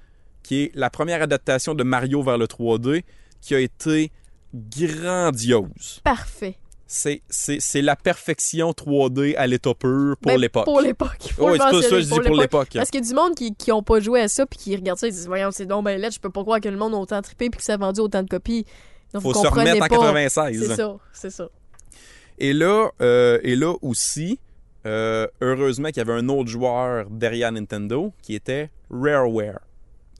Speaker 5: qui est la première adaptation de Mario vers le 3D, qui a été grandiose
Speaker 4: Parfait.
Speaker 5: c'est, c'est, c'est la perfection 3D à l'état pur pour
Speaker 4: Ben,
Speaker 5: l'époque.
Speaker 4: Pour l'époque. Faut le
Speaker 5: Oui, c'est ça,
Speaker 4: mentionner,
Speaker 5: je dis pour l'époque.
Speaker 4: Parce qu'il y a du monde qui, qui ont pas joué à ça puis qui regardent ça et disent Voyons, c'est donc ben là, je peux pas croire que le monde a autant trippé puis que ça a vendu autant de copies. Donc,
Speaker 5: Faut
Speaker 4: vous
Speaker 5: se
Speaker 4: comprenez
Speaker 5: remettre en
Speaker 4: pas.
Speaker 5: 96.
Speaker 4: C'est ça, c'est ça.
Speaker 5: Et là, euh, et là aussi, euh, heureusement qu'il y avait un autre joueur derrière Nintendo qui était Rareware.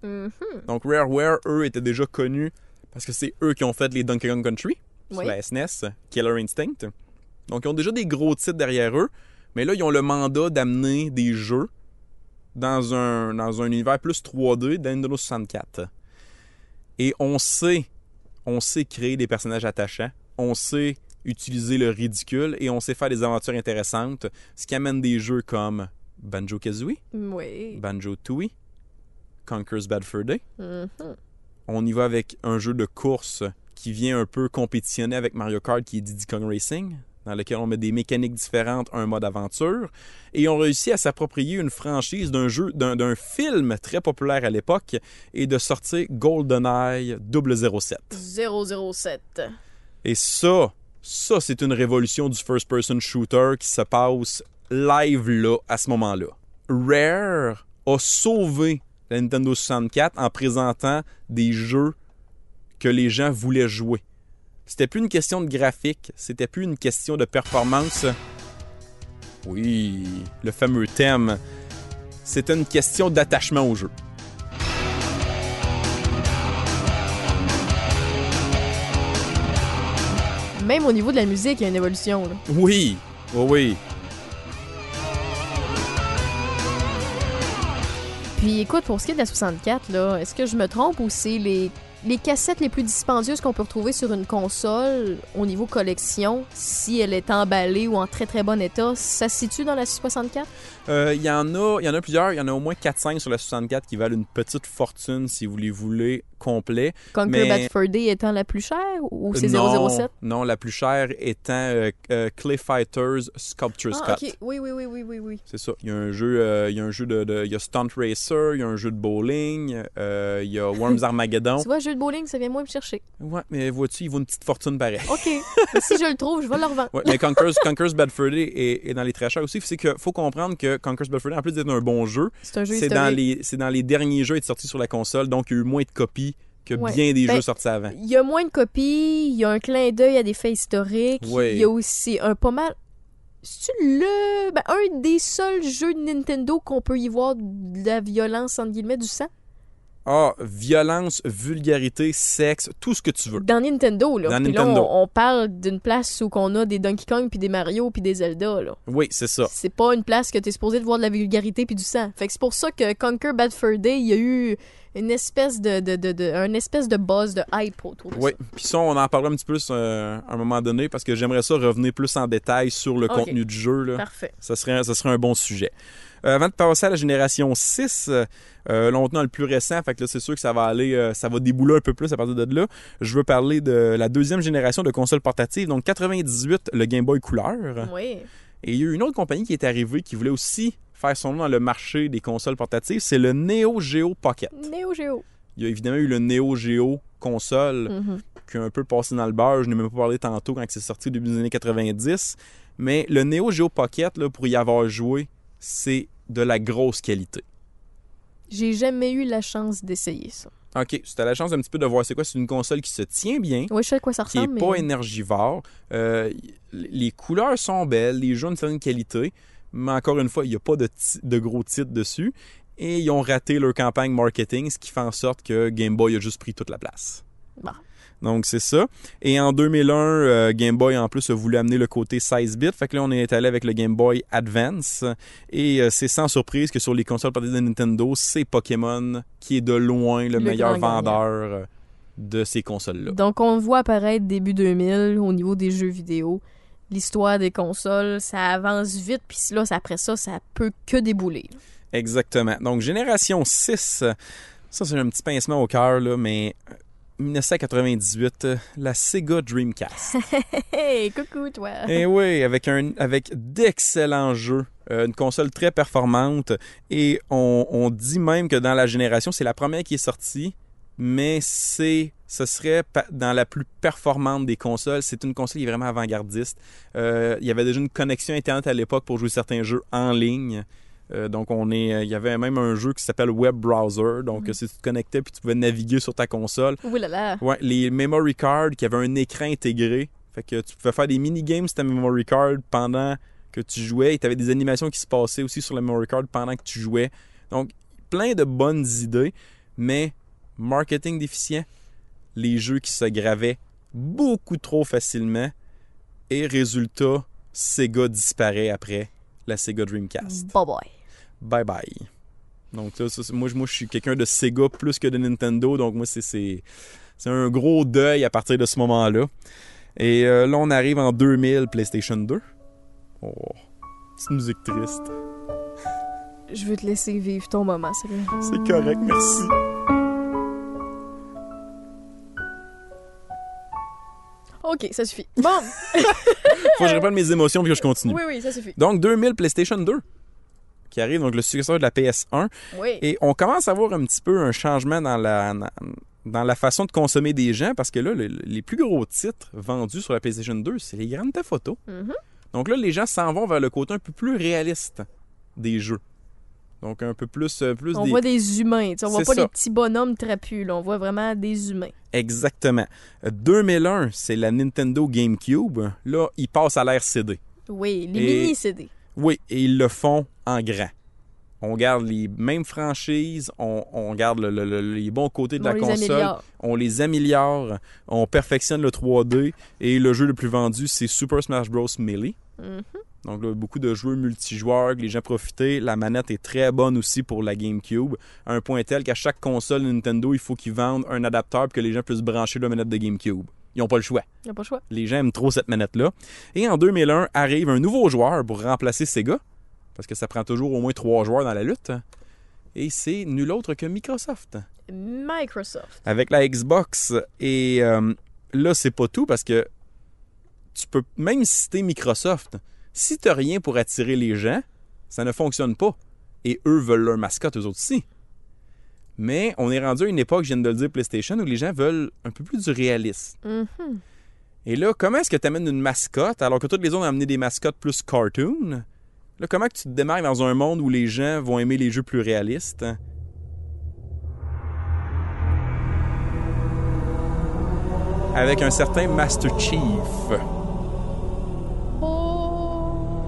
Speaker 4: Mhm.
Speaker 5: Donc Rareware, eux, étaient déjà connus parce que c'est eux qui ont fait les Donkey Kong Country sur
Speaker 4: Oui.
Speaker 5: la SNES, Killer Instinct. Donc ils ont déjà des gros titres derrière eux, mais là ils ont le mandat d'amener des jeux dans un, dans un univers plus 3D dans Nintendo 64. Et on sait, on sait créer des personnages attachants, on sait utiliser le ridicule et on sait faire des aventures intéressantes, ce qui amène des jeux comme Banjo-Kazooie,
Speaker 4: Oui.
Speaker 5: Banjo-Tooie, Conker's Bad Fur Day,
Speaker 4: Mhm.
Speaker 5: on y va avec un jeu de course qui vient un peu compétitionner avec Mario Kart qui est Diddy Kong Racing, dans lequel on met des mécaniques différentes, un mode aventure, et on réussit à s'approprier une franchise d'un jeu, d'un d'un film très populaire à l'époque, et de sortir GoldenEye 007.
Speaker 4: 007.
Speaker 5: Et ça, ça c'est une révolution du first-person shooter qui se passe live là, à ce moment-là. Rare a sauvé la Nintendo 64 en présentant des jeux que les gens voulaient jouer. C'était plus une question de graphique, c'était plus une question de performance. Oui, le fameux thème. C'était une question d'attachement au jeu.
Speaker 4: Même au niveau de la musique, il y a une évolution. là.
Speaker 5: Oui, oui, oui.
Speaker 4: Puis écoute, pour ce qui est de la 64, là, est-ce que je me trompe ou c'est les, les cassettes les plus dispendieuses qu'on peut retrouver sur une console au niveau collection, si elle est emballée ou en très très bon état, ça se situe dans la 64?
Speaker 5: Euh, Il y en a, il y en a plusieurs, il y en a au moins 4-5 sur la 64 qui valent une petite fortune si vous les voulez complet.
Speaker 4: Conquer
Speaker 5: Mais-
Speaker 4: Bad Fur Day étant la plus chère ou c'est
Speaker 5: non,
Speaker 4: 007?
Speaker 5: non, la plus chère étant euh, euh, Clay Fighters Sculpture
Speaker 4: Ah,
Speaker 5: Cut.
Speaker 4: ok. Oui, oui, oui, oui, oui, oui.
Speaker 5: C'est ça. Il y a un jeu, euh, il y a un jeu de, de- il y a Stunt Racer, il y a un jeu de bowling, euh, il y a Worms Armageddon.
Speaker 4: Tu vois, jeu de bowling, ça vient moins me chercher.
Speaker 5: Ouais, mais vois-tu, il vaut une petite fortune pareil.
Speaker 4: OK. Mais si je le trouve, je vais le revendre.
Speaker 5: Ouais, mais Conker's, Conker's Bad Fur Day est, est dans les très chers aussi. C'est que faut comprendre que Conker's Bad Fur Day, en plus d'être un bon jeu,
Speaker 4: C'est un jeu
Speaker 5: c'est
Speaker 4: historique.
Speaker 5: dans les, c'est dans les derniers jeux à être sortis sur la console, donc il y a eu moins de copies que
Speaker 4: Ouais.
Speaker 5: bien des
Speaker 4: Ben,
Speaker 5: jeux sortis avant.
Speaker 4: Il y a moins de copies, il y a un clin d'œil à des faits historiques,
Speaker 5: Oui.
Speaker 4: il y a aussi un pas mal. C'est le ben, un des seuls jeux de Nintendo qu'on peut y voir de la violence entre guillemets du sang
Speaker 5: Ah, violence, vulgarité, sexe, tout ce que tu veux.
Speaker 4: dans Nintendo là.
Speaker 5: Dans
Speaker 4: Puis là,
Speaker 5: Nintendo.
Speaker 4: on, on parle d'une place où qu'on a des Donkey Kong puis des Mario puis des Zelda là.
Speaker 5: Oui, c'est ça.
Speaker 4: C'est pas une place que t'es supposé de voir de la vulgarité puis du sang. Fait que c'est pour ça que Conquer Bad Fur Day, il y a eu une espèce de, de, de, de- un espèce de buzz de hype autour de
Speaker 5: Oui,
Speaker 4: ça.
Speaker 5: puis ça, on en parlera un petit peu plus euh, à un moment donné parce que j'aimerais ça revenir plus en détail sur le
Speaker 4: Ok.
Speaker 5: contenu du jeu. Là.
Speaker 4: Parfait.
Speaker 5: Ça, serait, ça serait un bon sujet. Euh, avant de passer à la génération 6, euh, euh, longtemps le plus récent, fait que là, c'est sûr que ça va aller, euh, ça va débouler un peu plus à partir de là. Je veux parler de la deuxième génération de consoles portatives, donc 98, le Game Boy couleur.
Speaker 4: Oui.
Speaker 5: Et il y a eu une autre compagnie qui est arrivée qui voulait aussi faire son nom dans le marché des consoles portatives, c'est le Neo Geo Pocket.
Speaker 4: Neo Geo.
Speaker 5: Il y a évidemment eu le Neo Geo console
Speaker 4: Mhm.
Speaker 5: qui a un peu passé dans le beurre. Je n'ai même pas parlé tantôt quand c'est sorti au début des années 90. Mais le Neo Geo Pocket, là, pour y avoir joué, c'est de la grosse qualité.
Speaker 4: J'ai jamais eu la chance d'essayer ça.
Speaker 5: OK, si tu as la chance un petit peu de voir c'est quoi, c'est une console qui se tient bien,
Speaker 4: Oui, je sais à quoi ça
Speaker 5: qui n'est
Speaker 4: ressemble.
Speaker 5: pas
Speaker 4: mais-
Speaker 5: énergivore. Euh, y- les couleurs sont belles, les jeux ont une certaine qualité, mais encore une fois, il n'y a pas de, ti- de gros titres dessus. Et ils ont raté leur campagne marketing, ce qui fait en sorte que Game Boy a juste pris toute la place.
Speaker 4: Bon.
Speaker 5: Donc, c'est ça. Et en 2001, euh, Game Boy, en plus, a voulu amener le côté 16 bits. Fait que là, on est allé avec le Game Boy Advance. Et euh, c'est sans surprise que sur les consoles parties de Nintendo, c'est Pokémon qui est de loin
Speaker 4: Le
Speaker 5: le, meilleur
Speaker 4: grand gagnant.
Speaker 5: vendeur euh, de ces consoles-là.
Speaker 4: Donc, on le voit apparaître début 2000 au niveau des jeux vidéo. L'histoire des consoles, ça avance vite, puis là, ça- après ça, ça peut que débouler.
Speaker 5: Exactement. Donc, génération 6, euh, ça c'est un petit pincement au cœur, là, mais euh, 1998, euh, la Sega Dreamcast.
Speaker 4: Hey, coucou, toi!
Speaker 5: Eh oui, avec, un, avec d'excellents jeux, euh, une console très performante, et on, on dit même que dans la génération, c'est la première qui est sortie, mais c'est ce serait pa- dans la plus performante des consoles. C'est une console qui est vraiment avant-gardiste. Euh, il y avait déjà une connexion Internet à l'époque pour jouer certains jeux en ligne. Euh, donc, on est, euh, il y avait même un jeu qui s'appelle Web Browser. Donc, si tu te connectais puis tu pouvais naviguer sur ta console,
Speaker 4: Ouh là là!
Speaker 5: Ouais, les memory cards qui avaient un écran intégré. Fait que tu pouvais faire des mini-games sur ta memory card pendant que tu jouais. Et tu avais des animations qui se passaient aussi sur la memory card pendant que tu jouais. Donc, plein de bonnes idées, mais marketing déficient, les jeux qui se gravaient beaucoup trop facilement. Et résultat, Sega disparaît après la Sega Dreamcast.
Speaker 4: Bye bye!
Speaker 5: Bye bye. Donc là, ça, c'est- moi, je- moi, je suis quelqu'un de Sega plus que de Nintendo, donc moi, c'est- c'est c'est un gros deuil à partir de ce moment-là. Et euh, là, on arrive en 2000, PlayStation 2. Oh, petite musique triste.
Speaker 4: Je veux te laisser vivre ton moment, sérieux.
Speaker 5: C'est correct, merci.
Speaker 4: Ok, ça suffit. Bon,
Speaker 5: Faut que je répète mes émotions puis que je continue.
Speaker 4: oui, oui, ça suffit.
Speaker 5: Donc, 2000, PlayStation 2 qui arrive, donc le successeur de la PS1.
Speaker 4: Oui.
Speaker 5: Et on commence à voir un petit peu un changement dans la, dans la façon de consommer des gens parce que là, le- les plus gros titres vendus sur la PlayStation 2, c'est les grandes photos.
Speaker 4: Mhm.
Speaker 5: Donc là, les gens s'en vont vers le côté un peu plus réaliste des jeux. Donc un peu plus, euh, plus
Speaker 4: On
Speaker 5: des...
Speaker 4: voit des humains, tu sais, on voit
Speaker 5: C'est
Speaker 4: pas
Speaker 5: ça.
Speaker 4: les petits bonhommes trapus, là, on voit vraiment des humains.
Speaker 5: Exactement. Euh, 2001, c'est la Nintendo GameCube. Là, ils passent à l'ère CD.
Speaker 4: Oui, les
Speaker 5: Et-
Speaker 4: mini-CD.
Speaker 5: Oui, et ils le font en grand. On garde les mêmes franchises, on, on garde le- le- le- les bons côtés de
Speaker 4: On
Speaker 5: la
Speaker 4: les
Speaker 5: console,
Speaker 4: améliore.
Speaker 5: on les améliore, on perfectionne le 3D et le jeu le plus vendu, c'est Super Smash Bros. Melee.
Speaker 4: Mhm.
Speaker 5: Donc là, beaucoup de jeux multijoueurs que les gens profitaient. La manette est très bonne aussi pour la GameCube. À un point tel qu'à chaque console Nintendo, il faut qu'ils vendent un adapteur pour que les gens puissent brancher la manette de GameCube. Ils n'ont pas le choix.
Speaker 4: Y a pas le choix.
Speaker 5: Les gens aiment trop cette manette-là. Et en 2001, arrive un nouveau joueur pour remplacer Sega, parce que ça prend toujours au moins trois joueurs dans la lutte. Et c'est nul autre que Microsoft.
Speaker 4: Microsoft.
Speaker 5: Avec la Xbox. Et euh, là, c'est pas tout, parce que tu peux, même si t'es Microsoft, si t'as rien pour attirer les gens, ça ne fonctionne pas. Et eux veulent leur mascotte, eux autres aussi. Mais on est rendu à une époque, je viens de le dire, PlayStation, où les gens veulent un peu plus du réalisme.
Speaker 4: Mhm.
Speaker 5: Et là, comment est-ce que tu amènes une mascotte alors que toutes les autres ont amené des mascottes plus cartoon? Là, comment que tu te démarques dans un monde où les gens vont aimer les jeux plus réalistes? Avec un certain Master Chief.
Speaker 4: Oh!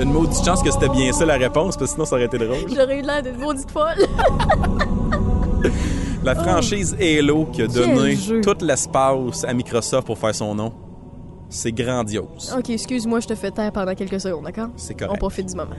Speaker 5: Une maudite chance que c'était bien ça la réponse, parce que sinon ça aurait été drôle.
Speaker 4: J'aurais eu l'air d'une maudite folle.
Speaker 5: La franchise Halo qui a donné
Speaker 4: Oh. jeu.
Speaker 5: tout l'espace à Microsoft pour faire son nom, c'est grandiose.
Speaker 4: ok, excuse-moi, je te fais taire pendant quelques secondes, d'accord?
Speaker 5: C'est
Speaker 4: On
Speaker 5: correct.
Speaker 4: profite du moment.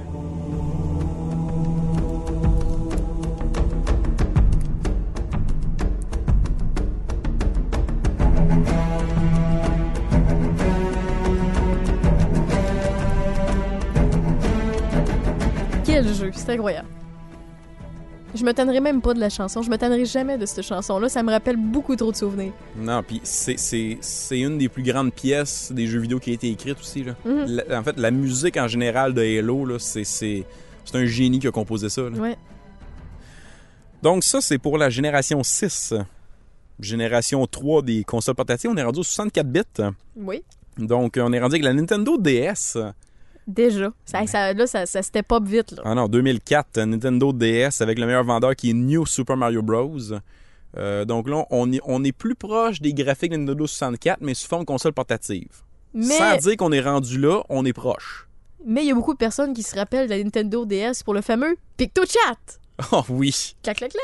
Speaker 4: Quel jeu, c'est incroyable. Je me tannerai même pas de la chanson, je me tannerai jamais de cette chanson-là, ça me rappelle beaucoup trop de souvenirs.
Speaker 5: Non, puis c'est- c'est c'est une des plus grandes pièces des jeux vidéo qui a été écrite aussi. Là.
Speaker 4: Mhm.
Speaker 5: La- en fait, la musique en général de Halo, là, c'est c'est- c'est un génie qui a composé ça. là.
Speaker 4: Ouais.
Speaker 5: Donc ça, c'est pour la génération 6. Génération 3 des consoles portatives, on est rendu aux 64 bits.
Speaker 4: Oui.
Speaker 5: Donc, on est rendu avec la Nintendo DS.
Speaker 4: Déjà. Ça, ça- là, ça, ça step up vite. Là.
Speaker 5: Ah non, 2004, euh, Nintendo DS avec le meilleur vendeur qui est New Super Mario Bros. Euh, donc là, on est, on est plus proche des graphiques de Nintendo 64, mais sous forme console portative. Sans
Speaker 4: Mais
Speaker 5: dire qu'on est rendu là, on est proche.
Speaker 4: mais il y a beaucoup de personnes qui se rappellent de la Nintendo DS pour le fameux PictoChat.
Speaker 5: Oh oui.
Speaker 4: Clac, clac, clac.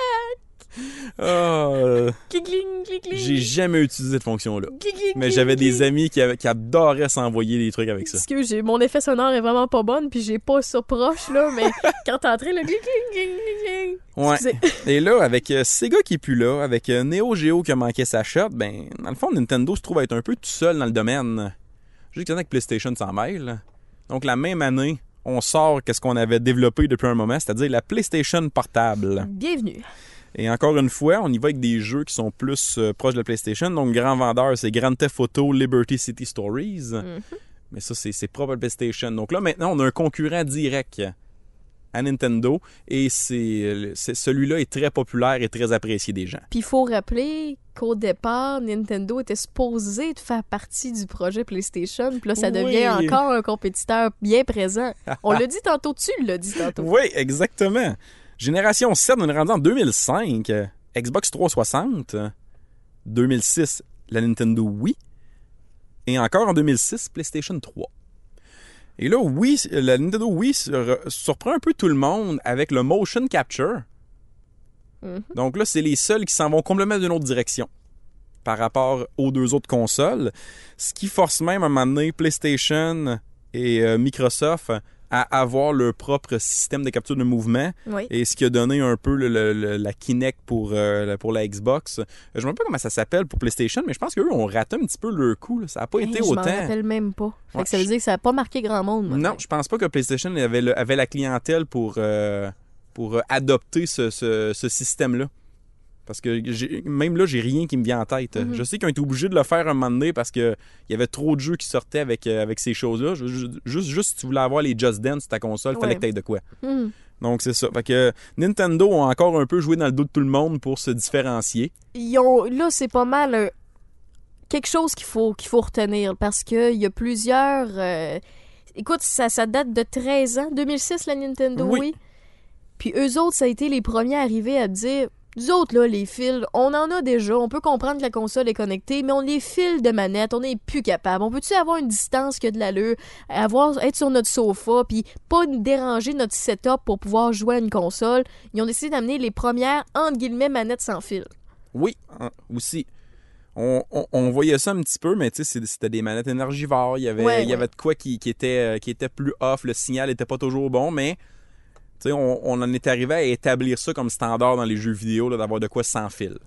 Speaker 5: Ah, euh,
Speaker 4: Clic, clic, clic, clic.
Speaker 5: J'ai jamais utilisé cette fonction-là.
Speaker 4: Clic, clic,
Speaker 5: Mais
Speaker 4: clic,
Speaker 5: j'avais des
Speaker 4: clic.
Speaker 5: amis qui, avaient- qui adoraient s'envoyer des trucs avec ça.
Speaker 4: Parce que j'ai- mon effet sonore est vraiment pas bonne, puis j'ai pas ça proche, là, mais quand t'entrais, le clic, clic, clic, clic, clic.
Speaker 5: Ouais.
Speaker 4: Excusez.
Speaker 5: Et là, avec euh, Sega qui est plus là, avec euh, Neo Geo qui a manqué sa shot, ben, dans le fond, Nintendo se trouve à être un peu tout seul dans le domaine. Juste qu'il y en a que PlayStation s'en mêle. Donc, la même année, on sort qu'est-ce qu'on avait développé depuis un moment, c'est-à-dire la PlayStation portable.
Speaker 4: Bienvenue.
Speaker 5: Et encore une fois, on y va avec des jeux qui sont plus euh, proches de la PlayStation. Donc, grand vendeur, c'est Grand Theft Auto, Liberty City Stories. Mais ça, c'est c'est propre à la PlayStation. Donc là, maintenant, on a un concurrent direct à Nintendo. Et c'est c'est- celui-là est très populaire et très apprécié des gens.
Speaker 4: Puis il faut rappeler qu'au départ, Nintendo était supposé de faire partie du projet PlayStation, puis là, ça
Speaker 5: Oui.
Speaker 4: devient encore un compétiteur bien présent. On l'a dit tantôt, tu l'as dit tantôt.
Speaker 5: Oui, exactement. Génération 7, on est rendu en 2005. euh, Xbox 360. euh, 2006, la Nintendo Wii. Et encore en 2006, PlayStation 3. Et là, oui, la Nintendo Wii sur- surprend un peu tout le monde avec le motion capture.
Speaker 4: Mhm.
Speaker 5: Donc là, c'est les seuls qui s'en vont complètement d'une autre direction par rapport aux deux autres consoles. Ce qui force même à un moment donné PlayStation et euh, Microsoft à avoir leur propre système de capture de mouvement
Speaker 4: Oui.
Speaker 5: et ce qui a donné un peu le- le- le- la Kinect pour, euh, la- pour la Xbox. Euh, Je ne sais pas comment ça s'appelle pour PlayStation, mais je pense qu'eux ont raté un petit peu leur coup. là. Ça n'a pas
Speaker 4: Hey,
Speaker 5: été
Speaker 4: je m'en
Speaker 5: autant.
Speaker 4: rappelle même pas. Fait
Speaker 5: Ouais,
Speaker 4: que ça veut
Speaker 5: je-
Speaker 4: dire que ça a pas marqué grand monde. moi.
Speaker 5: Non, je pense pas que PlayStation avait, le- avait la clientèle pour, euh, pour euh, adopter ce, ce- ce système-là. Parce que j'ai- même là, j'ai rien qui me vient en tête.
Speaker 4: Mhm.
Speaker 5: Je sais qu'ils ont été obligés de le faire un moment donné parce qu'il y avait trop de jeux qui sortaient avec, euh, avec ces choses-là. Je- je- Juste, juste si tu voulais avoir les Just Dance sur ta console, il fallait
Speaker 4: Ouais.
Speaker 5: que tu de quoi.
Speaker 4: Hmm.
Speaker 5: Donc c'est ça. Fait que Nintendo a encore un peu joué dans le dos de tout le monde pour se différencier.
Speaker 4: Ils ont- là, c'est pas mal euh, quelque chose qu'il faut, qu'il faut retenir parce qu'il y a plusieurs. euh, Écoute, ça, ça date de 13 ans, 2006, la Nintendo,
Speaker 5: Oui.
Speaker 4: oui. Puis eux autres, ça a été les premiers arrivés à dire. Nous autres, là, les fils, on en a déjà. On peut comprendre que la console est connectée, mais on les fils de manette, on n'est plus capable. On peut-tu avoir une distance que de l'allure, avoir, être sur notre sofa, puis pas nous déranger notre setup pour pouvoir jouer à une console? Ils ont décidé d'amener les premières, entre guillemets, manettes sans fil.
Speaker 5: Oui, hein, aussi. On, on- on voyait ça un petit peu, mais tu sais, c'est- c'était des manettes énergivores. Il y avait,
Speaker 4: Ouais,
Speaker 5: il y
Speaker 4: ouais.
Speaker 5: avait de quoi qui, qui était, euh, qui était plus off. Le signal n'était pas toujours bon, mais tu sais, on, on en est arrivé à établir ça comme standard dans les jeux vidéo, là, d'avoir de quoi sans fil.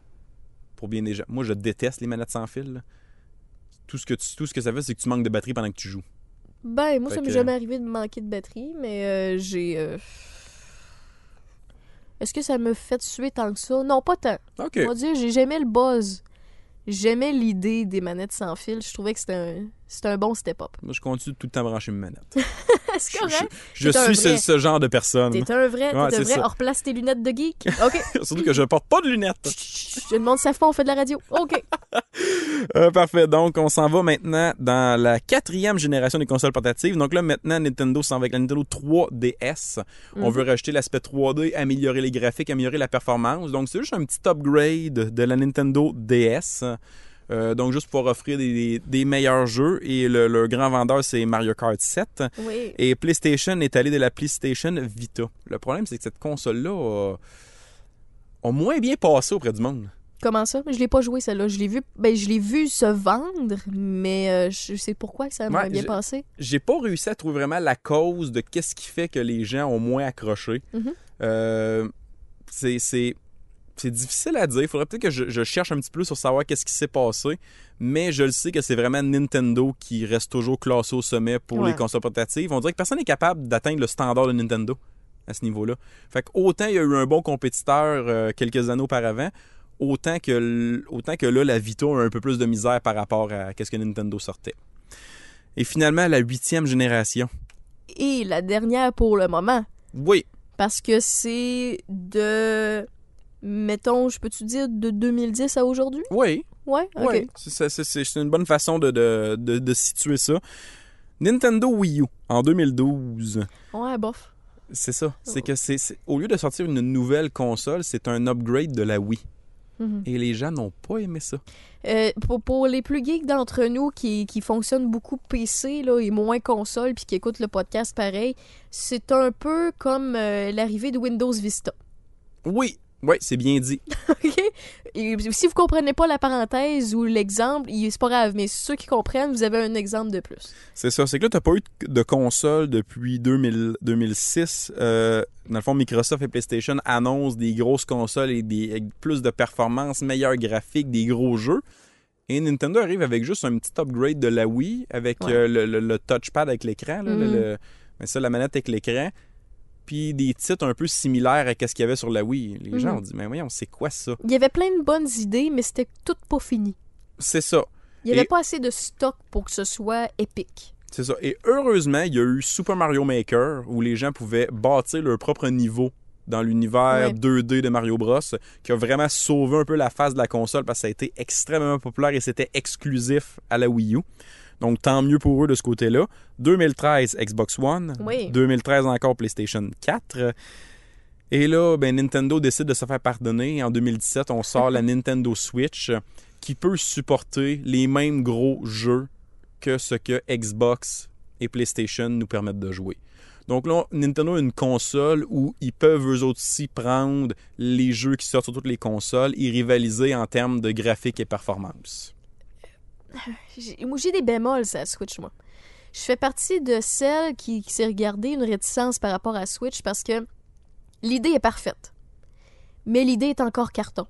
Speaker 5: Pour bien des gens. Moi, je déteste les manettes sans fil. là. Tout ce, que tu- tout ce que ça fait, c'est que tu manques de batterie pendant que tu joues.
Speaker 4: Ben, moi,
Speaker 5: Fait
Speaker 4: ça m'est
Speaker 5: que-
Speaker 4: jamais arrivé de manquer de batterie, mais euh, j'ai. euh, Est-ce que ça me fait suer tant que ça? Non, pas tant.
Speaker 5: OK.
Speaker 4: Mon Dieu, j'ai jamais le buzz. J'aimais l'idée des manettes sans fil. Je trouvais que c'était un, c'était un bon step-up.
Speaker 5: Moi, je continue de tout le temps brancher mes manettes.
Speaker 4: C'est
Speaker 5: Je- je-
Speaker 4: correct.
Speaker 5: Je,
Speaker 4: T'es un
Speaker 5: suis ce,
Speaker 4: vrai.
Speaker 5: ce genre de personne.
Speaker 4: T'es un vrai,
Speaker 5: Ouais,
Speaker 4: t'es un
Speaker 5: c'est
Speaker 4: vrai.
Speaker 5: ça.
Speaker 4: On replace tes lunettes de geek. OK.
Speaker 5: Surtout que je porte pas de lunettes.
Speaker 4: Je demande ça fait, on fait de la radio. OK.
Speaker 5: Euh, parfait. Donc, on s'en va maintenant dans la quatrième génération des consoles portatives. Donc là, maintenant, Nintendo s'en va avec la Nintendo 3DS.
Speaker 4: Mhm.
Speaker 5: On veut rajouter l'aspect 3D, améliorer les graphiques, améliorer la performance. Donc, c'est juste un petit upgrade de la Nintendo DS. Euh, donc, juste pour offrir des, des- des meilleurs jeux. Et le, le grand vendeur, c'est Mario Kart 7.
Speaker 4: Oui.
Speaker 5: Et PlayStation est allé de la PlayStation Vita. Le problème, c'est que cette console-là a- a moins bien passé auprès du monde.
Speaker 4: Comment ça? Je l'ai pas joué, celle-là. Je l'ai vu, ben, je l'ai vu se vendre, mais euh, je sais pourquoi que ça m'a
Speaker 5: Ouais,
Speaker 4: bien
Speaker 5: je-
Speaker 4: passé.
Speaker 5: j'ai pas réussi à trouver vraiment la cause de qu'est-ce qui fait que les gens ont moins accroché.
Speaker 4: Mhm.
Speaker 5: Euh, c'est- c'est c'est difficile à dire. Il faudrait peut-être que je, je cherche un petit peu sur savoir qu'est-ce qui s'est passé. Mais je le sais que c'est vraiment Nintendo qui reste toujours classé au sommet pour
Speaker 4: Ouais.
Speaker 5: les consoles portatives. On dirait que personne n'est capable d'atteindre le standard de Nintendo à ce niveau-là. Fait que autant il y a eu un bon compétiteur euh, quelques années auparavant, autant que, l- autant que là, la Vita a un peu plus de misère par rapport à quest ce que Nintendo sortait. Et finalement, la huitième génération.
Speaker 4: Et la dernière pour le moment.
Speaker 5: Oui,
Speaker 4: Parce que c'est de. Mettons, je peux-tu dire de 2010 à aujourd'hui?
Speaker 5: oui,
Speaker 4: Ouais? Ok.
Speaker 5: oui. C'est- c'est- C'est c'est une bonne façon de, de- de- de situer ça. Nintendo Wii U en 2012.
Speaker 4: Ouais, bof.
Speaker 5: C'est ça. C'est que c'est c'est- au lieu de sortir une nouvelle console, c'est un upgrade de la Wii.
Speaker 4: Mhm.
Speaker 5: Et les gens n'ont pas aimé ça.
Speaker 4: Euh, pour, pour les plus geeks d'entre nous qui, qui fonctionnent beaucoup PC là, et moins console puis qui écoutent le podcast pareil, c'est un peu comme euh, l'arrivée de Windows Vista.
Speaker 5: Oui, oui, c'est bien dit.
Speaker 4: OK? Et si vous comprenez pas la parenthèse ou l'exemple, il- c'est pas grave, mais ceux qui comprennent, vous avez un exemple de plus.
Speaker 5: C'est ça. C'est que là, t'as pas eu de- de console depuis 2000 2006. Euh, dans le fond, Microsoft et PlayStation annoncent des grosses consoles et des, avec plus de performances, meilleurs graphiques, des gros jeux. Et Nintendo arrive avec juste un petit upgrade de la Wii, avec
Speaker 4: Ouais.
Speaker 5: euh, le, le- le touchpad avec l'écran, là, le-
Speaker 4: Mm.
Speaker 5: le- mais ça, la manette avec l'écran. Puis des titres un peu similaires à ce qu'il y avait sur la Wii. Les gens
Speaker 4: Mhm.
Speaker 5: ont dit, mais voyons, c'est quoi ça?
Speaker 4: Il y avait plein de bonnes idées, mais c'était tout pas fini.
Speaker 5: C'est ça.
Speaker 4: Il y avait
Speaker 5: Et-
Speaker 4: pas assez de stock pour que ce soit épique.
Speaker 5: C'est ça. Et heureusement, il y a eu Super Mario Maker où les gens pouvaient bâtir leur propre niveau dans l'univers
Speaker 4: Ouais.
Speaker 5: 2D de Mario Bros. qui a vraiment sauvé un peu la face de la console parce que ça a été extrêmement populaire et c'était exclusif à la Wii U. Donc tant mieux pour eux de ce côté-là. 2013 Xbox One,
Speaker 4: Oui.
Speaker 5: 2013 encore PlayStation 4. Et là, ben, Nintendo décide de se faire pardonner. En 2017, on sort la Nintendo Switch qui peut supporter les mêmes gros jeux que ce que Xbox et PlayStation nous permettent de jouer. Donc là, Nintendo a une console où ils peuvent eux autres aussi prendre les jeux qui sortent sur toutes les consoles et rivaliser en termes de graphique et performance.
Speaker 4: J'ai moi, j'ai des bémols à la Switch, moi. Je fais partie de celle qui, qui s'est regardée une réticence par rapport à la Switch parce que l'idée est parfaite. Mais l'idée est encore carton.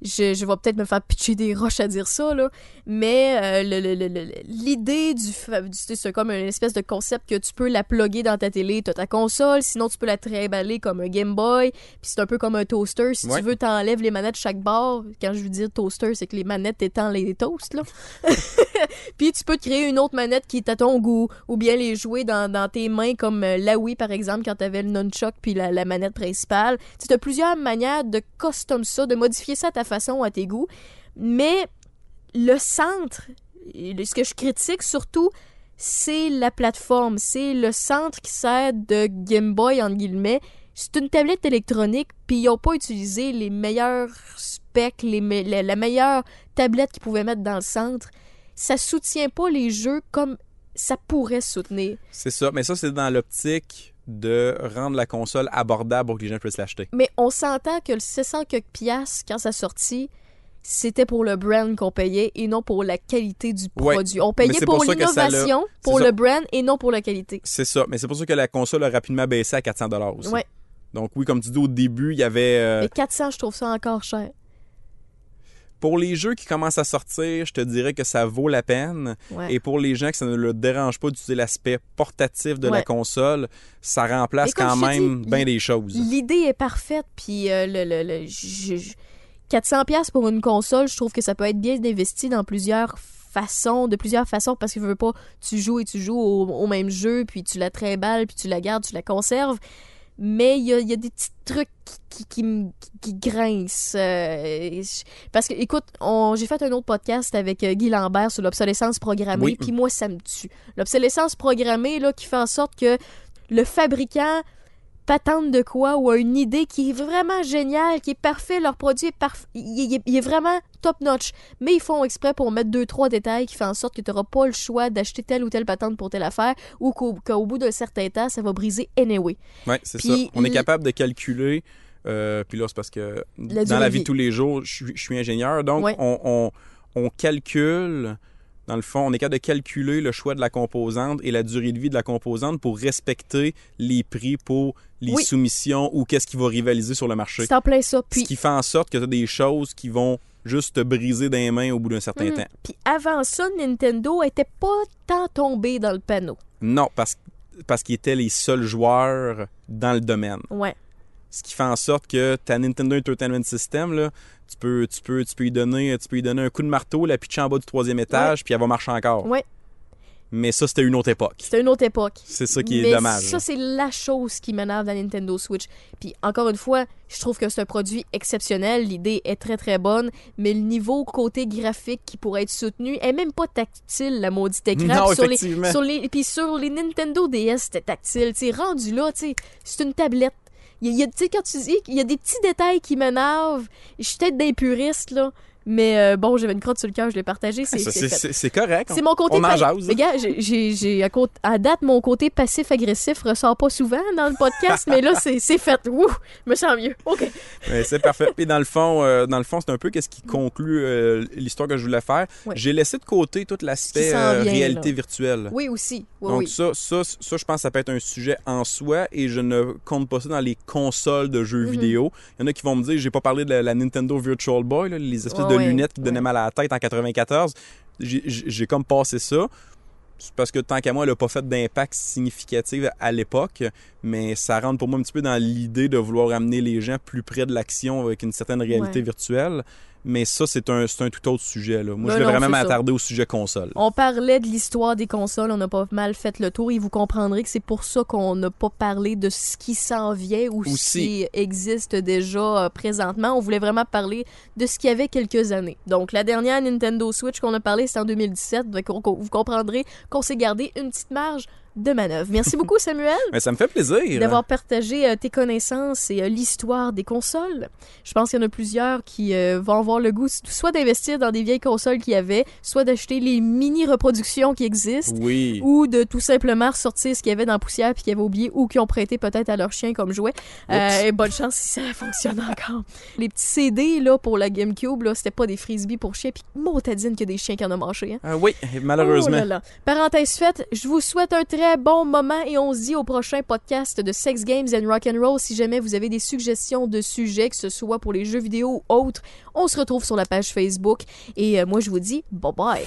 Speaker 4: Je, je vais peut-être me faire pitcher des roches à dire ça, là. Mais euh, le- le- le- le- l'idée du. fa- du- C'est c'est comme une espèce de concept que tu peux la plugger dans ta télé, t'as ta console. Sinon, tu peux la trimballer comme un Game Boy. Puis c'est un peu comme un toaster. Si
Speaker 5: Ouais.
Speaker 4: tu veux, t'enlèves les manettes chaque bord. Quand je veux dire toaster, c'est que les manettes étant les toasts, là. Puis tu peux te créer une autre manette qui est à ton goût, ou bien les jouer dans, dans tes mains, comme euh, la Wii par exemple, quand t'avais le nunchuck puis la, la manette principale. Tu as plusieurs manières de custom ça, de modifier ça à ta façon, à tes goûts. Mais le centre, et le- ce que je critique surtout, c'est la plateforme, c'est le centre qui sert de Game Boy, entre guillemets. C'est une tablette électronique, puis ils n'ont pas utilisé les meilleurs specs, les, me- la, la meilleure tablette qu'ils pouvaient mettre dans le centre. Ça soutient pas les jeux comme ça pourrait soutenir.
Speaker 5: C'est ça, mais ça c'est dans l'optique de rendre la console abordable pour que les gens puissent l'acheter.
Speaker 4: Mais on s'entend que le 600 quelques piastres, quand ça sortit, c'était pour le brand qu'on payait et non pour la qualité du
Speaker 5: Ouais.
Speaker 4: produit. On
Speaker 5: Mais
Speaker 4: payait
Speaker 5: c'est
Speaker 4: pour,
Speaker 5: pour ça que ça l'a-
Speaker 4: l'innovation,
Speaker 5: C'est
Speaker 4: pour
Speaker 5: ça.
Speaker 4: le brand et non pour la qualité.
Speaker 5: C'est ça, mais c'est pour ça que la console a rapidement baissé à 400 dollars aussi.
Speaker 4: Ouais.
Speaker 5: Donc oui, comme tu dis au début, il y avait euh,
Speaker 4: Mais 400, je trouve ça encore cher.
Speaker 5: pour les jeux qui commencent à sortir, je te dirais que ça vaut la peine.
Speaker 4: Ouais.
Speaker 5: Et pour les gens que ça ne le dérange pas d'utiliser l'aspect portatif de
Speaker 4: Ouais.
Speaker 5: la console, ça remplace
Speaker 4: Mais comme
Speaker 5: quand
Speaker 4: je te
Speaker 5: même
Speaker 4: dis,
Speaker 5: bien des choses.
Speaker 4: L'idée est parfaite, puis euh, le, le- le- je- je- 400 pièces pour une console, je trouve que ça peut être bien investi dans plusieurs façons, de plusieurs façons, parce que je veux pas, tu joues et tu joues au, au même jeu, puis tu la trimbales, puis tu la gardes, tu la conserves. Mais il y a, il y a des petits trucs qui, qui, qui me- qui grincent. euh, et je- parce que, écoute, on- j'ai fait un autre podcast avec euh, Guy Lambert sur l'obsolescence programmée,
Speaker 5: Oui.
Speaker 4: puis moi, ça me tue. L'obsolescence programmée, là, qui fait en sorte que le fabricant patente de quoi ou a une idée qui est vraiment géniale, qui est parfait, leur produit est parfait, il, il- il est vraiment top notch. Mais ils font exprès pour mettre deux trois détails qui fait en sorte que tu n'auras pas le choix d'acheter telle ou telle patente pour telle affaire ou qu'au qu'au bout d'un certain temps, ça va briser anyway.
Speaker 5: Ouais, c'est ça.
Speaker 4: Puis
Speaker 5: On est
Speaker 4: l-
Speaker 5: capable de calculer. euh, puis là, c'est parce que
Speaker 4: La
Speaker 5: dans
Speaker 4: durée de
Speaker 5: la vie
Speaker 4: vie.
Speaker 5: de tous les jours, je suis, je suis ingénieur. Donc,
Speaker 4: Ouais.
Speaker 5: on, on- on calcule, dans le fond, on est capable de calculer le choix de la composante et la durée de vie de la composante pour respecter les prix pour les
Speaker 4: Oui.
Speaker 5: soumissions ou qu'est-ce qui va rivaliser sur le marché.
Speaker 4: C'est en plein ça. Puis
Speaker 5: Ce qui fait en sorte que tu as des choses qui vont juste te briser des mains au bout d'un certain
Speaker 4: Mhm.
Speaker 5: temps.
Speaker 4: Puis avant ça, Nintendo était pas tant tombé dans le panneau.
Speaker 5: Non, parce, parce qu'ils étaient les seuls joueurs dans le domaine.
Speaker 4: Ouais.
Speaker 5: Ce qui fait en sorte que ta Nintendo Entertainment System, là, tu, peux, tu, peux, tu, peux y donner, tu peux y donner un coup de marteau, la pitcher en bas du troisième étage, puis elle va marcher encore.
Speaker 4: Ouais.
Speaker 5: Mais ça, c'était une autre époque.
Speaker 4: C'était une autre époque.
Speaker 5: C'est ça qui est
Speaker 4: Mais
Speaker 5: dommage.
Speaker 4: Ça, c'est la chose qui m'énerve dans la Nintendo Switch. Puis encore une fois, je trouve que c'est un produit exceptionnel. L'idée est très très bonne, mais le niveau côté graphique qui pourrait être soutenu est même pas tactile, la maudite écran.
Speaker 5: Non,
Speaker 4: Puis sur les,
Speaker 5: effectivement.
Speaker 4: sur les, puis sur les Nintendo DS, c'était tactile. T'sais, rendu là, t'sais, c'est une tablette. Il y a- il y a, tu sais, quand tu dis qu'il y a des petits détails qui m'énervent, je suis peut-être d'un puriste, là. Mais euh, bon, j'avais une crotte sur le cœur, je l'ai partagée. C'est
Speaker 5: Ça,
Speaker 4: c'est
Speaker 5: C'est
Speaker 4: fait.
Speaker 5: c'est- c'est correct.
Speaker 4: C'est mon côté.
Speaker 5: On en
Speaker 4: pa-
Speaker 5: jase.
Speaker 4: Mais gars, j'ai- j'ai, j'ai- à, côté- à date, mon côté passif-agressif ressort pas souvent dans le podcast, mais là, c'est, c'est fait. Wouh, je me sens mieux. OK.
Speaker 5: Mais c'est parfait. Puis dans le fond, euh, dans le fond, c'est un peu qu'est-ce qui conclut euh, l'histoire que je voulais faire.
Speaker 4: Ouais.
Speaker 5: J'ai laissé de côté tout l'aspect
Speaker 4: s'en
Speaker 5: euh,
Speaker 4: vient,
Speaker 5: réalité
Speaker 4: là.
Speaker 5: virtuelle.
Speaker 4: Oui, aussi. Oui,
Speaker 5: Donc
Speaker 4: oui.
Speaker 5: ça, ça, ça, je pense que ça peut être un sujet en soi et je ne compte pas ça dans les consoles de jeux
Speaker 4: Mhm.
Speaker 5: vidéo. Il y en a qui vont me dire, j'ai pas parlé de la, la Nintendo Virtual Boy, là, les espèces
Speaker 4: Ouais, ouais,
Speaker 5: de lunettes qui donnaient
Speaker 4: ouais.
Speaker 5: mal à la tête en 94. J'ai- J'ai j'ai comme passé ça. C'est parce que tant qu'à moi, elle n'a pas fait d'impact significatif à l'époque, mais ça rentre pour moi un petit peu dans l'idée de vouloir amener les gens plus près de l'action avec une certaine réalité
Speaker 4: Ouais.
Speaker 5: virtuelle. Mais ça, c'est un, c'est un tout autre sujet. Là. Moi,
Speaker 4: Ben
Speaker 5: je vais
Speaker 4: non,
Speaker 5: vraiment
Speaker 4: c'est ça.
Speaker 5: m'attarder au sujet console.
Speaker 4: On parlait de l'histoire des consoles, on a pas mal fait le tour et vous comprendrez que c'est pour ça qu'on n'a pas parlé de ce qui s'en vient ou ce
Speaker 5: Aussi.
Speaker 4: qui existe déjà euh, présentement. On voulait vraiment parler de ce qu'il y avait quelques années. Donc la dernière Nintendo Switch qu'on a parlé, c'est en 2017, donc on- vous comprendrez qu'on s'est gardé une petite marge de manœuvre. Merci beaucoup Samuel
Speaker 5: Mais ça me fait plaisir.
Speaker 4: d'avoir partagé euh, tes connaissances et euh, l'histoire des consoles. Je pense qu'il y en a plusieurs qui euh, vont avoir le goût s- soit d'investir dans des vieilles consoles qu'il y avait, soit d'acheter les mini-reproductions qui existent.
Speaker 5: Oui.
Speaker 4: Ou de tout simplement ressortir ce qu'il y avait dans la poussière puis qu'ils avaient oublié ou qu'ils ont prêté peut-être à leur chien comme jouet. Euh, et bonne chance si ça fonctionne encore. Les petits CD là, pour la GameCube, là, c'était pas des frisbees pour chiens. Puis motadine qu'il y a des chiens qui en ont mangé. hein.
Speaker 5: Ah oui,
Speaker 4: Oh
Speaker 5: malheureusement.
Speaker 4: là là. Parenthèse faite, je vous souhaite un très bon moment et on se dit au prochain podcast de Sex Games and Rock and Roll. Si jamais vous avez des suggestions de sujets, que ce soit pour les jeux vidéo ou autres, on se retrouve sur la page Facebook. Et euh, moi, je vous dis bye bye.